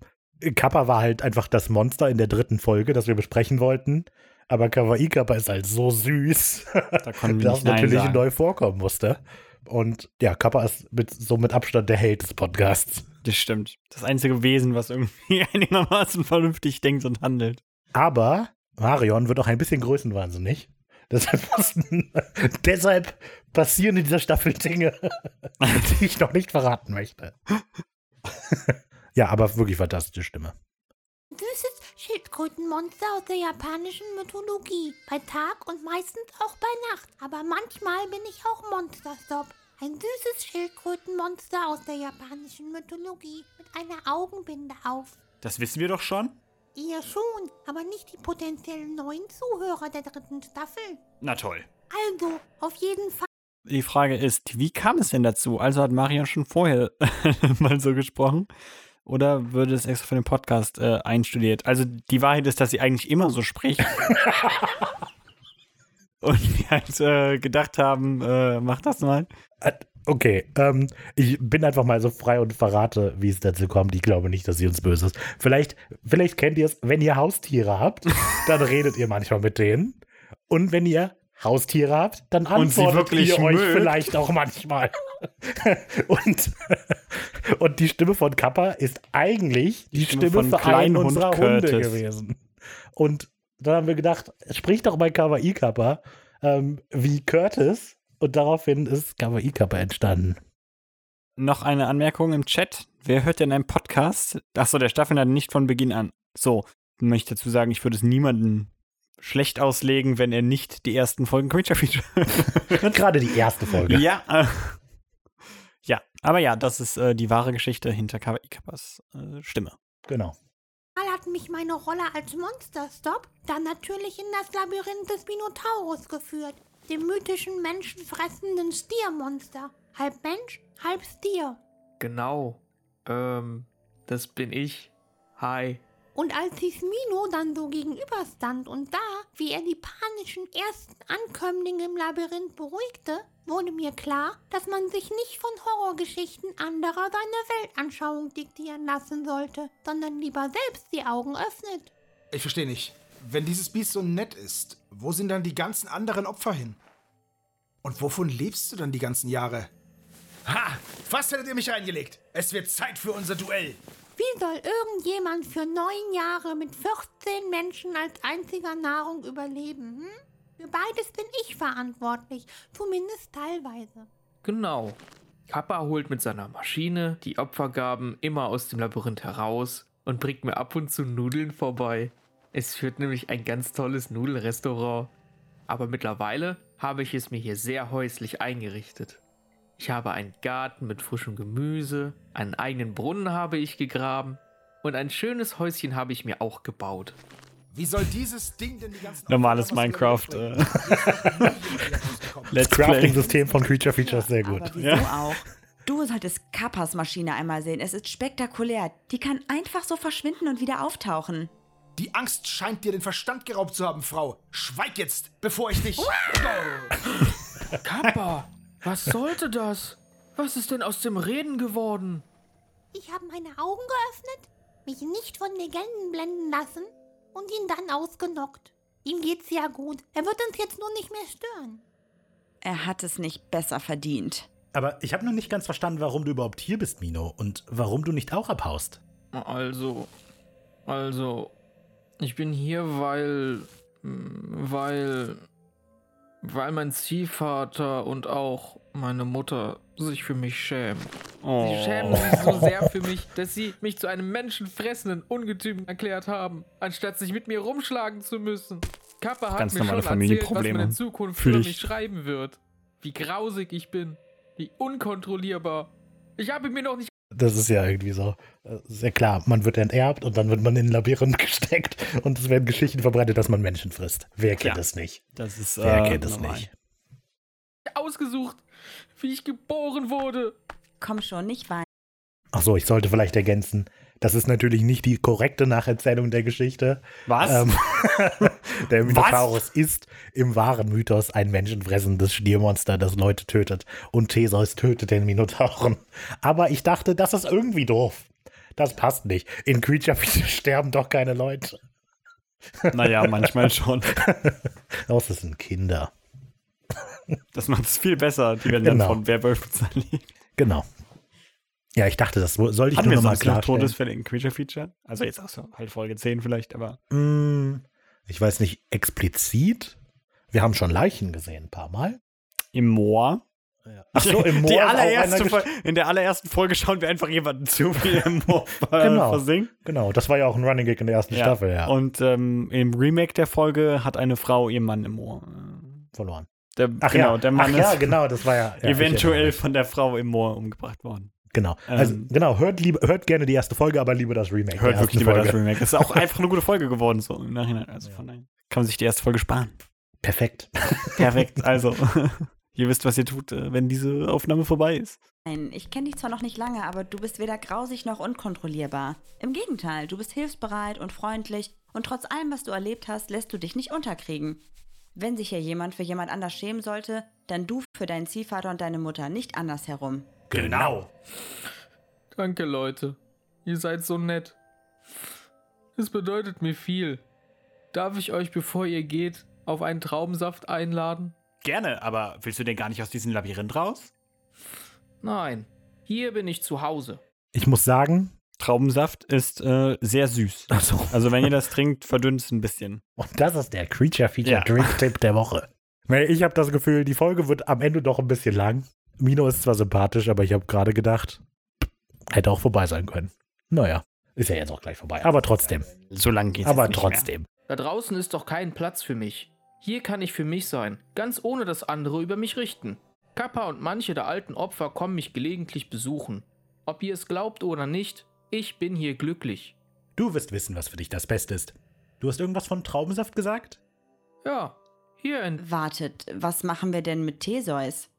S2: Kappa war halt einfach das Monster in der dritten Folge, das wir besprechen wollten. Aber Kawaii Kappa ist halt so süß, da
S1: konnten wir
S2: dass
S1: nicht Nein
S2: natürlich
S1: sagen.
S2: neu vorkommen musste. Und ja, Kappa ist mit, so mit Abstand der Held des Podcasts.
S1: Das stimmt. Das einzige Wesen, was irgendwie einigermaßen vernünftig denkt und handelt.
S2: Aber Marion wird auch ein bisschen größenwahnsinnig. Deshalb, mussten, deshalb passieren in dieser Staffel Dinge, die ich noch nicht verraten möchte. ja, aber wirklich fantastische Stimme.
S12: Süßes Schildkrötenmonster aus der japanischen Mythologie. Bei Tag und meistens auch bei Nacht. Aber manchmal bin ich auch Monsterstop. Ein süßes Schildkrötenmonster aus der japanischen Mythologie mit einer Augenbinde auf.
S1: Das wissen wir doch schon.
S12: Ihr schon, aber nicht die potenziellen neuen Zuhörer der dritten Staffel.
S1: Na toll.
S12: Also, auf jeden Fall.
S1: Die Frage ist, wie kam es denn dazu? Also hat Marion schon vorher mal so gesprochen? Oder würde es extra für den Podcast äh, einstudiert? Also die Wahrheit ist, dass sie eigentlich immer so spricht. Und wir halt äh, gedacht haben, äh, mach das mal.
S2: Äh, Okay, ähm, ich bin einfach mal so frei und verrate, wie es dazu kommt. Ich glaube nicht, dass sie uns böse ist. Vielleicht, vielleicht kennt ihr es, wenn ihr Haustiere habt, dann redet ihr manchmal mit denen. Und wenn ihr Haustiere habt, dann
S1: Und sie
S2: antwortet
S1: wirklich
S2: ihr euch
S1: mögt.
S2: vielleicht auch manchmal. und, und die Stimme von Kappa ist eigentlich die
S1: Stimme
S2: Stimme,
S1: von
S2: für einen
S1: Kleinhund
S2: unserer Hunde
S1: Curtis.
S2: gewesen. Und dann haben wir gedacht, sprich doch mal Kawaii Kappa ähm, wie Curtis. Und daraufhin ist Kawaii Kappa entstanden.
S1: Noch eine Anmerkung im Chat. Wer hört denn einen Podcast? Achso, der Staffelnat nicht von Beginn an. So, möchte ich dazu sagen, ich würde es niemandem schlecht auslegen, wenn er nicht die ersten Folgen Creature Feature
S2: Gerade die erste Folge.
S1: Ja. Äh, ja, aber ja, das ist äh, die wahre Geschichte hinter Kawaii Kappas äh, Stimme.
S2: Genau.
S12: Mal hat mich meine Rolle als Monsterstop dann natürlich in das Labyrinth des Minotaurus geführt, dem mythischen menschenfressenden Stiermonster. Halb Mensch, halb Stier.
S11: Genau. Ähm, das bin ich. Hi.
S12: Und als sich Mino dann so gegenüberstand und sah, wie er die panischen ersten Ankömmlinge im Labyrinth beruhigte, wurde mir klar, dass man sich nicht von Horrorgeschichten anderer seine Weltanschauung diktieren lassen sollte, sondern lieber selbst die Augen öffnet.
S9: Ich verstehe nicht. Wenn dieses Biest so nett ist, wo sind dann die ganzen anderen Opfer hin? Und wovon lebst du dann die ganzen Jahre? Ha! Was hättet ihr mich reingelegt? Es wird Zeit für unser Duell.
S12: Wie soll irgendjemand für neun Jahre mit 14 Menschen als einziger Nahrung überleben? Hm? Für beides bin ich verantwortlich, zumindest teilweise.
S11: Genau. Kappa holt mit seiner Maschine die Opfergaben immer aus dem Labyrinth heraus und bringt mir ab und zu Nudeln vorbei. Es führt nämlich ein ganz tolles Nudelrestaurant. Aber mittlerweile habe ich es mir hier sehr häuslich eingerichtet. Ich habe einen Garten mit frischem Gemüse, einen eigenen Brunnen habe ich gegraben und ein schönes Häuschen habe ich mir auch gebaut.
S9: Wie soll dieses Ding denn die ganzen
S1: Normales Minecraft. Äh,
S2: Das
S1: Let's Play.
S2: Crafting-System von Creature Features sehr gut.
S10: Wieso auch? Du solltest Kappas Maschine einmal sehen. Es ist spektakulär. Die kann einfach so verschwinden und wieder auftauchen.
S1: äh.
S9: Die Angst scheint dir den Verstand geraubt zu haben, Frau. Schweig jetzt, bevor ich dich.
S11: Kappa, was sollte das? Was ist denn aus dem Reden geworden?
S12: Ich habe meine Augen geöffnet, mich nicht von Legenden blenden lassen und ihn dann ausgenockt. Ihm geht's ja gut. Er wird uns jetzt nur nicht mehr stören.
S10: Er hat es nicht besser verdient.
S2: Aber ich habe noch nicht ganz verstanden, warum du überhaupt hier bist, Mino, und warum du nicht auch abhaust.
S11: Also, also, ich bin hier, weil, mm, weil, weil mein Ziehvater und auch meine Mutter sich für mich schämen. Sie
S1: Oh.
S11: schämen sich so sehr für mich, dass sie mich zu einem menschenfressenden Ungetüm erklärt haben, anstatt sich mit mir rumschlagen zu müssen. Kappa hat
S1: Ganz
S11: mir schon
S1: normale
S11: erzählt, was man
S1: Familienprobleme.
S11: in Zukunft
S1: Fühl
S11: über
S1: ich.
S11: mich schreiben wird. Wie grausig ich bin. Wie unkontrollierbar. Ich habe mir noch nicht
S2: Das ist ja irgendwie so. äh, Sehr klar, man wird enterbt und dann wird man in ein Labyrinth gesteckt und es werden Geschichten verbreitet, dass man Menschen frisst. Wer kennt
S1: Ja.
S2: es nicht?
S1: Das ist,
S2: Wer
S1: äh,
S2: kennt es
S1: normal.
S2: nicht?
S11: ausgesucht, wie ich geboren wurde.
S10: Komm schon, nicht weinen.
S2: Ach so, ich sollte vielleicht ergänzen, das ist natürlich nicht die korrekte Nacherzählung der Geschichte. Ähm,
S1: Was?
S2: der Minotaurus ist im wahren Mythos ein menschenfressendes Stiermonster, das Leute tötet. Und Theseus tötet den Minotauren. Aber ich dachte, das ist irgendwie doof. Das passt nicht. In Creature Feature sterben doch keine Leute.
S1: Naja, manchmal schon.
S2: Aus, Oh, das sind Kinder.
S1: Das macht es viel besser. Die werden
S2: Genau.
S1: dann von Werwölfen erlebt.
S2: Genau. Ja, ich dachte, das wo- sollte ich
S1: Haben
S2: nur
S1: wir
S2: noch mal
S1: sonst noch
S2: klarstellen.
S1: Todesfälle in Creature Feature? Also jetzt auch so, halt Folge 10 vielleicht, aber
S2: Mm, Ich weiß nicht, explizit. Wir haben schon Leichen gesehen, ein paar Mal.
S1: im Moor.
S2: Ach so, im
S1: Die
S2: Moor ist auch
S1: allererste
S2: einer
S1: Fol- in der allerersten Folge schauen wir einfach jemanden zu, wie er im Moor äh,
S2: Genau.
S1: versinkt.
S2: Genau, das war ja auch ein Running Gag in der ersten
S1: Ja.
S2: Staffel, ja.
S1: Und ähm, im Remake der Folge hat eine Frau ihren Mann im Moor.
S2: Verloren.
S1: Der,
S2: Ach
S1: genau,
S2: ja.
S1: der Mann
S2: Ach ja,
S1: ist
S2: genau, das war ja- ja, ich erinnere
S1: eventuell
S2: mich.
S1: von der Frau im Moor umgebracht worden.
S2: Genau. Also,
S1: Ähm.
S2: genau, hört, lieb, hört gerne die erste Folge, aber lieber das Remake.
S1: Hört
S2: der
S1: wirklich
S2: ersten
S1: lieber das
S2: Folge.
S1: Remake. Das ist auch einfach eine gute Folge geworden, so im Nachhinein. Also von daher kann man sich die erste Folge sparen.
S2: Perfekt.
S1: Perfekt. Also, ihr wisst, was ihr tut, äh, wenn diese Aufnahme vorbei ist.
S10: Nein, ich kenne dich zwar noch nicht lange, aber du bist weder grausig noch unkontrollierbar. Im Gegenteil, du bist hilfsbereit und freundlich und trotz allem, was du erlebt hast, lässt du dich nicht unterkriegen. Wenn sich hier jemand für jemand anders schämen sollte, dann du für deinen Ziehvater und deine Mutter, nicht andersherum.
S2: Genau.
S11: Danke, Leute. Ihr seid so nett. Es bedeutet mir viel. Darf ich euch, bevor ihr geht, auf einen Traubensaft einladen?
S1: Gerne, aber willst du denn gar nicht aus diesem Labyrinth raus?
S11: Nein. Hier bin ich zu Hause.
S2: Ich muss sagen,
S1: Traubensaft ist äh, sehr süß. Also, wenn ihr das trinkt, verdünnt es ein bisschen.
S2: und das ist der Creature Feature
S1: Ja.
S2: Drink Tipp der Woche. Nee, ich habe das Gefühl, die Folge wird am Ende doch ein bisschen lang. Mino ist zwar sympathisch, aber ich habe gerade gedacht, hätte auch vorbei sein können. Naja, ist ja jetzt auch gleich vorbei. Aber trotzdem.
S1: So lang geht's
S2: Aber
S1: jetzt nicht
S2: trotzdem.
S11: Da draußen ist doch kein Platz für mich. Hier kann ich für mich sein, ganz ohne dass andere über mich richten. Kappa und manche der alten Opfer kommen mich gelegentlich besuchen. Ob ihr es glaubt oder nicht, ich bin hier glücklich.
S2: Du wirst wissen, was für dich das Beste ist. Du hast irgendwas von Traubensaft gesagt?
S11: Ja, hier in.
S10: Wartet, was machen wir denn mit Theseus?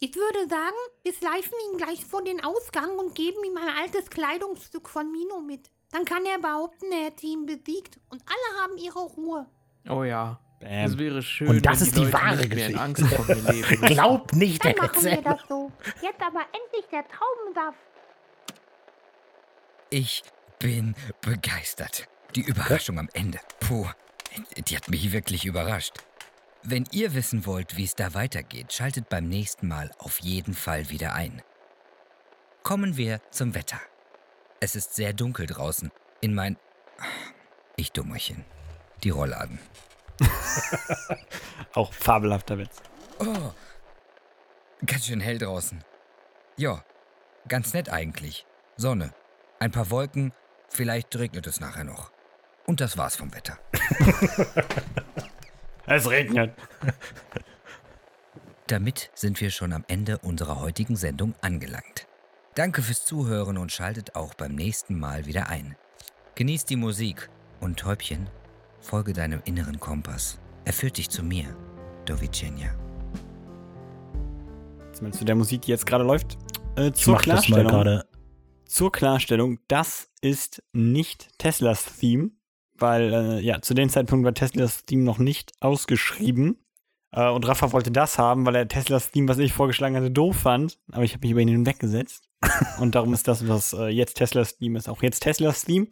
S12: Ich würde sagen, wir schleifen ihn gleich vor den Ausgang und geben ihm ein altes Kleidungsstück von Mino mit. Dann kann er behaupten, er hätte ihn besiegt und alle haben ihre Ruhe.
S11: Oh ja. Es wäre schön,
S2: Und das
S11: wenn
S2: ist
S11: die
S2: die
S11: Leute
S2: wahre
S11: nicht mehr in
S2: Geschichte.
S11: Angst vor mir leben. müssen.
S2: Glaubt nicht,
S12: Dann
S2: der
S12: machen wir
S2: Erzähler.
S12: das so. Jetzt aber endlich der Traubensaft.
S3: Ich bin begeistert. Die Überraschung am Ende. Puh, die hat mich wirklich überrascht. Wenn ihr wissen wollt, wie es da weitergeht, schaltet beim nächsten Mal auf jeden Fall wieder ein. Kommen wir zum Wetter. Es ist sehr dunkel draußen. In mein. Ich Dummerchen. Die Rollladen.
S1: Auch fabelhafter Witz.
S3: Oh. Ganz schön hell draußen. Ja, ganz nett eigentlich. Sonne, ein paar Wolken, vielleicht regnet es nachher noch. Und das war's vom Wetter.
S1: Es regnet.
S3: Damit sind wir schon am Ende unserer heutigen Sendung angelangt. Danke fürs Zuhören und schaltet auch beim nächsten Mal wieder ein. Genießt die Musik und Täubchen, folge deinem inneren Kompass. Er führt dich zu mir, Dovicenia.
S1: Zumindest zu der Musik, die jetzt gerade läuft. Äh,
S2: Ich
S1: zur
S2: mach das mal
S1: Klarstellung.
S2: gerade.
S1: Zur Klarstellung, das ist nicht Teslas Theme, weil äh, ja, zu dem Zeitpunkt war Teslas Theme noch nicht ausgeschrieben. Äh, und Rafa wollte das haben, weil er Teslas Theme, was ich vorgeschlagen hatte, doof fand. Aber ich habe mich über ihn hinweggesetzt. und darum ist das, was äh, jetzt Teslas Theme ist, auch jetzt Teslas Theme.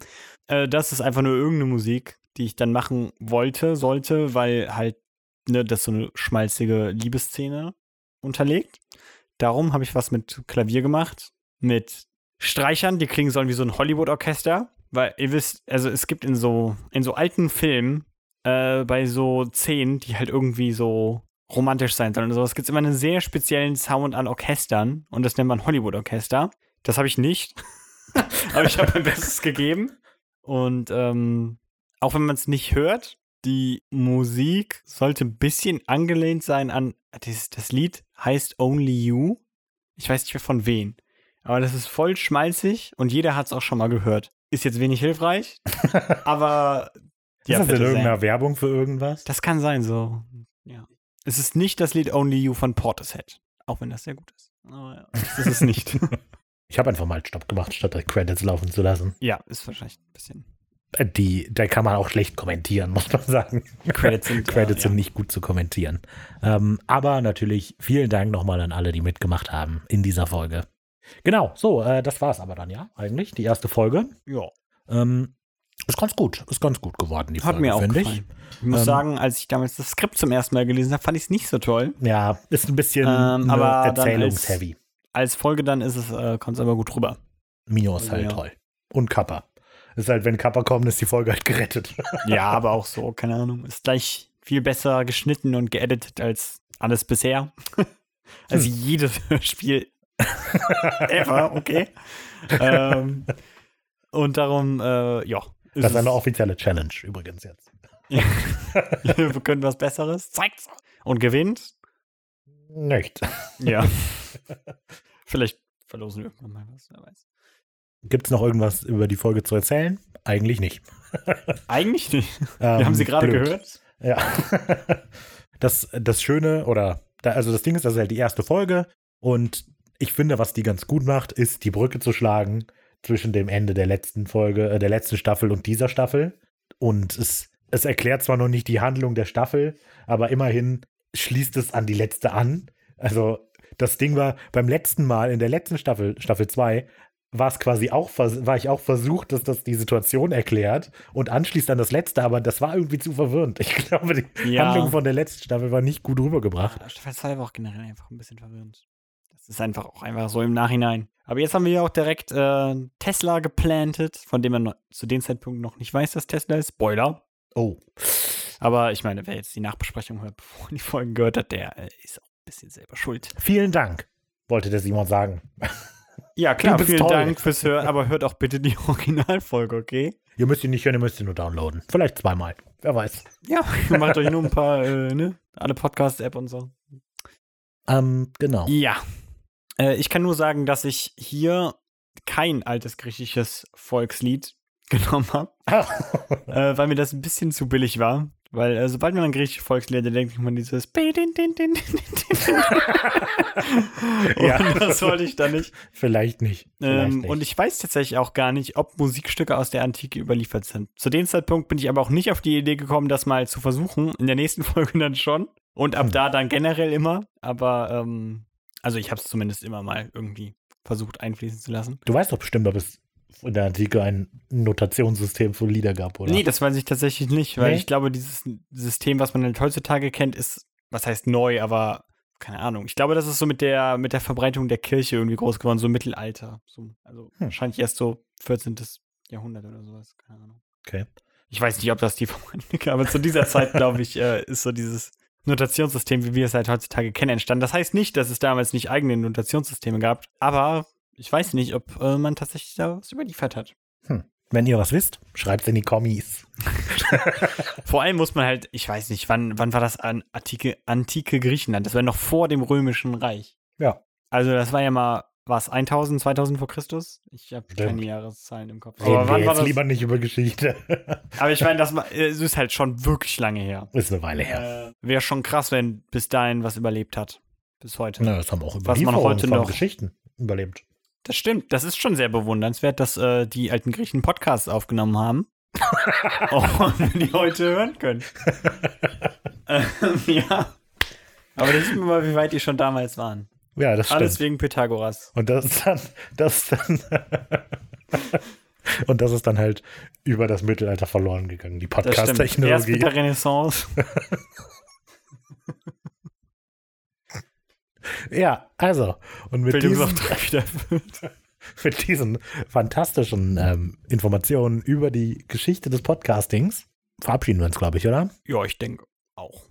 S1: Äh, das ist einfach nur irgendeine Musik, die ich dann machen wollte, sollte, weil halt ne, das so eine schmalzige Liebesszene unterlegt. Darum habe ich was mit Klavier gemacht, mit Streichern, die klingen sollen wie so ein Hollywood-Orchester. Weil ihr wisst, also es gibt in so, in so alten Filmen, äh, bei so Szenen, die halt irgendwie so romantisch sein sollen und sowas, gibt es immer einen sehr speziellen Sound an Orchestern und das nennt man Hollywood-Orchester. Das habe ich nicht, aber ich habe mein Bestes gegeben. Und ähm, auch wenn man es nicht hört, die Musik sollte ein bisschen angelehnt sein an. Das, das Lied heißt Only You. Ich weiß nicht mehr von wem. Aber das ist voll schmalzig und jeder hat es auch schon mal gehört. Ist jetzt wenig hilfreich, aber.
S2: Ist das in
S1: bitte sehr.
S2: irgendeiner Werbung für irgendwas?
S1: Das kann sein, so. Ja. Es ist nicht das Lied Only You von Portishead. Auch wenn das sehr gut ist. Aber Oh, ja, das ist es nicht.
S2: Ich habe einfach mal einen Stopp gemacht, statt die Credits laufen zu lassen.
S1: ja, ist wahrscheinlich ein bisschen.
S2: Äh, Die, da kann man auch schlecht kommentieren, muss man sagen.
S1: Credits sind,
S2: Credits
S1: äh,
S2: sind nicht gut zu kommentieren. Ähm, aber natürlich vielen Dank nochmal an alle, die mitgemacht haben in dieser Folge. Genau, so, äh, das war's aber dann, ja, eigentlich, die erste Folge.
S1: Ja.
S2: Ähm, ist ganz gut, ist ganz gut geworden, die
S1: Hat
S2: Folge,
S1: mir auch
S2: finde
S1: gefallen. Ich, muss
S2: Ähm,
S1: sagen, als ich damals das Skript zum ersten Mal gelesen habe, fand ich es nicht so toll.
S2: Ja, ist ein bisschen
S1: Ähm,
S2: eine
S1: aber dann
S2: erzählungsheavy.
S1: Als, als Folge dann ist es, äh, kommt es aber gut rüber.
S2: Mio ist
S1: Also,
S2: halt
S1: ja.
S2: toll. Und Kappa. Ist halt, wenn Kappa kommt, ist die Folge halt gerettet.
S1: Ja, aber auch so, keine Ahnung. Ist gleich viel besser geschnitten und geeditet als alles bisher. Also jedes Spiel ever, okay. ähm, und darum, äh, ja. ist
S2: Das ist eine
S1: es-
S2: offizielle Challenge übrigens jetzt.
S1: Wir können was Besseres. Zeigt's. Und gewinnt.
S2: Nicht.
S1: Ja. Vielleicht verlosen wir irgendwann mal was, wer weiß.
S2: Gibt es noch irgendwas über die Folge zu erzählen? Eigentlich nicht.
S1: Eigentlich nicht.
S2: Ähm,
S1: wir haben sie gerade
S2: blöd.
S1: gehört.
S2: Ja. Das, das Schöne oder, da, also das Ding ist, das ist halt die erste Folge und ich finde, was die ganz gut macht, ist, die Brücke zu schlagen zwischen dem Ende der letzten Folge, äh, der letzten Staffel und dieser Staffel. Und es, es erklärt zwar noch nicht die Handlung der Staffel, aber immerhin schließt es an die letzte an. Also das Ding war beim letzten Mal in der letzten Staffel, Staffel 2, war es quasi auch, vers- war ich auch versucht, dass das die Situation erklärt und anschließt an das letzte, aber das war irgendwie zu verwirrend. Ich glaube, die
S1: Ja.
S2: Handlung von der letzten Staffel war nicht gut rübergebracht.
S1: Staffel 2 war auch generell einfach ein bisschen verwirrend. Das ist einfach auch einfach so im Nachhinein. Aber jetzt haben wir ja auch direkt äh, Tesla geplantet, von dem man noch, zu dem Zeitpunkt noch nicht weiß, dass Tesla ist. Spoiler.
S2: Oh.
S1: Aber ich meine, wer jetzt die Nachbesprechung hört, bevor er die Folgen gehört hat, der äh, ist auch ein bisschen selber schuld.
S2: Vielen Dank, wollte der Simon sagen.
S1: Ja, klar,
S2: Du bist
S1: vielen
S2: toll.
S1: Dank fürs Hören, aber hört auch bitte die Originalfolge, okay?
S2: Ihr müsst ihn nicht hören, ihr müsst ihn nur downloaden. Vielleicht zweimal. Wer weiß.
S1: Ja, macht euch nur ein paar, äh, ne? Alle Podcast-App und so.
S2: Ähm, genau.
S1: Ja. Äh, ich kann nur sagen, dass ich hier kein altes griechisches Volkslied genommen habe, äh, weil mir das ein bisschen zu billig war. Weil äh, sobald man an griechische Volkslieder denkt, man dieses
S2: Ja.
S1: Und das wollte ich da nicht.
S2: Vielleicht nicht. Vielleicht
S1: Ähm,
S2: nicht.
S1: und ich weiß tatsächlich auch gar nicht, ob Musikstücke aus der Antike überliefert sind. Zu dem Zeitpunkt bin ich aber auch nicht auf die Idee gekommen, das mal zu versuchen. In der nächsten Folge dann schon. Und
S2: Hm.
S1: ab da dann generell immer. Aber, ähm, also ich habe es zumindest immer mal irgendwie versucht einfließen zu lassen.
S2: Du weißt doch bestimmt, ob es in der Antike ein Notationssystem für Lieder gab, oder?
S1: Nee, das weiß ich tatsächlich nicht, weil
S2: Nee?
S1: ich glaube, dieses System, was man halt heutzutage kennt, ist, was heißt neu, aber keine Ahnung. Ich glaube, das ist so mit der, mit der Verbreitung der Kirche irgendwie groß geworden, so Mittelalter. So, also
S2: Hm.
S1: wahrscheinlich erst so 14. Jahrhundert oder sowas, keine Ahnung.
S2: Okay.
S1: Ich weiß nicht, ob das die Verbreitung, aber zu dieser Zeit, glaube ich, äh, ist so dieses Notationssystem, wie wir es halt heutzutage kennen, entstanden. Das heißt nicht, dass es damals nicht eigene Notationssysteme gab, aber ich weiß nicht, ob äh, man tatsächlich da was überliefert hat.
S2: Wenn ihr was wisst, schreibt's in die Kommis.
S1: Vor allem muss man halt, ich weiß nicht, wann, wann war das an antike, antike Griechenland? Das war noch vor dem Römischen Reich.
S2: Ja.
S1: Also das war ja mal, was, 1000, 2000 vor Christus? Ich habe keine Jahreszahlen im Kopf.
S2: Reden
S1: Aber
S2: wir
S1: wann war
S2: jetzt
S1: das?
S2: lieber nicht über Geschichte.
S1: Aber ich meine, das ma- äh, es ist halt schon wirklich lange her.
S2: Ist eine Weile her.
S1: Wäre schon krass, wenn bis dahin was überlebt hat. Bis heute.
S2: Na, das haben
S1: Was
S2: auch
S1: man
S2: Überlieferungen
S1: heute
S2: von
S1: noch.
S2: Geschichten überlebt.
S1: Das stimmt, das ist schon sehr bewundernswert, dass äh, die alten Griechen Podcasts aufgenommen haben. und die heute hören können. ähm, ja. Aber da sieht man mal, wie weit die schon damals waren.
S2: Ja, das
S1: Alles
S2: stimmt.
S1: wegen Pythagoras.
S2: Und das ist dann, das ist dann und das ist dann halt über das Mittelalter verloren gegangen, die
S1: Das stimmt. Erst mit
S2: Podcast-Technologie.
S1: der Renaissance.
S2: Ja, also. Und mit diesen,
S1: Bildungsauftrag wieder erfüllt.
S2: mit diesen fantastischen ähm, Informationen über die Geschichte des Podcastings verabschieden wir uns, glaube ich, oder?
S1: Ja, ich denke auch.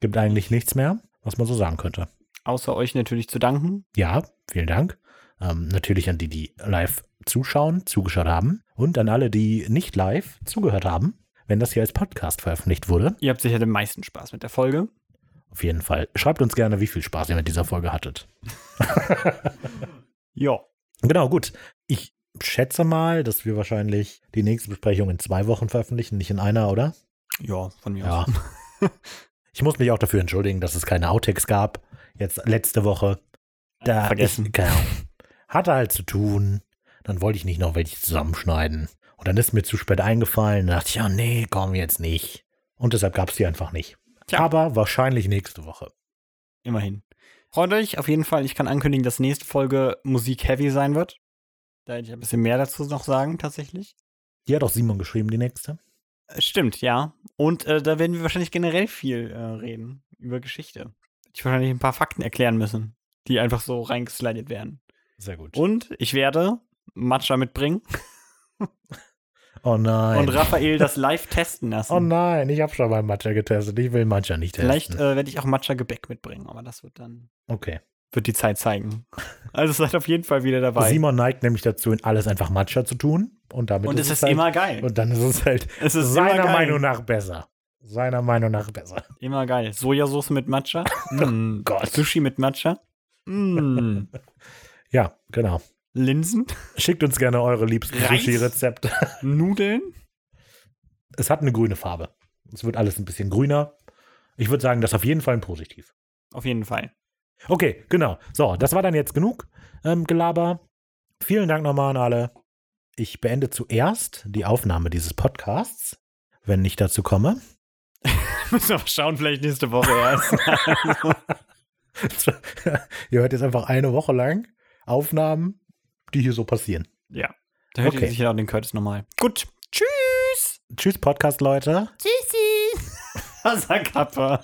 S2: Gibt eigentlich nichts mehr, was man so sagen könnte.
S1: Außer euch natürlich zu danken.
S2: Ja, vielen Dank. Ähm, natürlich an die, die live zuschauen, zugeschaut haben und an alle, die nicht live zugehört haben, wenn das hier als Podcast veröffentlicht wurde.
S1: Ihr habt sicher den meisten Spaß mit der Folge.
S2: Auf jeden Fall. Schreibt uns gerne, wie viel Spaß ihr mit dieser Folge hattet.
S1: ja.
S2: Genau, gut. Ich schätze mal, dass wir wahrscheinlich die nächste Besprechung in zwei Wochen veröffentlichen, nicht in einer, oder?
S1: Ja, von mir
S2: Ja.
S1: aus.
S2: Ich muss mich auch dafür entschuldigen, dass es keine Outtakes gab. Jetzt letzte Woche. Da
S1: Vergessen.
S2: Ich, keine Ahnung. hatte halt zu tun. Dann wollte ich nicht noch welche zusammenschneiden. Und dann ist mir zu spät eingefallen. Dann dachte ich, ja, nee, komm jetzt nicht. Und deshalb gab es die einfach nicht. Aber wahrscheinlich nächste Woche.
S1: Immerhin. Freut euch auf jeden Fall. Ich kann ankündigen, dass nächste Folge Musik heavy sein wird. Da hätte ich ein bisschen mehr dazu noch sagen, tatsächlich.
S2: Die hat auch Simon geschrieben, die nächste.
S1: Äh, Stimmt, ja. Und äh, da werden wir wahrscheinlich generell viel äh, reden über Geschichte. Ich wahrscheinlich ein paar Fakten erklären müssen, die einfach so reingeslidet werden.
S2: Sehr gut.
S1: Und ich werde Matcha mitbringen
S2: Oh nein.
S1: und Raphael das live testen lassen.
S2: Oh nein, ich habe schon mal Matcha getestet. Ich will Matcha nicht testen.
S1: Vielleicht äh, werde ich auch Matcha-Gebäck mitbringen, aber das wird dann,
S2: Okay.
S1: wird die Zeit zeigen. Also seid auf jeden Fall wieder dabei.
S2: Simon neigt nämlich dazu, in alles einfach Matcha zu tun. Und damit
S1: Und es ist
S2: halt,
S1: immer geil.
S2: Und dann ist es halt
S1: Es ist immer
S2: seiner
S1: geil.
S2: Meinung nach besser. Seiner Meinung nach besser.
S1: Immer geil. Sojasauce mit Matcha. Mm.
S2: Gott.
S1: Sushi mit Matcha. Mm.
S2: Ja, genau.
S1: Linsen.
S2: Schickt uns gerne eure liebsten
S1: Reis.
S2: Sushi-Rezepte.
S1: Nudeln.
S2: Es hat eine grüne Farbe. Es wird alles ein bisschen grüner. Ich würde sagen, das ist auf jeden Fall ein Positiv.
S1: Auf jeden Fall.
S2: Okay, genau. So, das war dann jetzt genug ähm, Gelaber. Vielen Dank nochmal an alle. Ich beende zuerst die Aufnahme dieses Podcasts, wenn ich dazu komme.
S1: Müssen wir mal schauen, vielleicht nächste Woche erst.
S2: Ihr hört jetzt einfach eine Woche lang Aufnahmen, die hier so passieren.
S1: ja. Da hört
S2: Okay.
S1: ihr sicher auch den Curtis nochmal. Gut. Tschüss.
S2: Tschüss, Podcast-Leute.
S1: Tschüssi. Wasserkapper.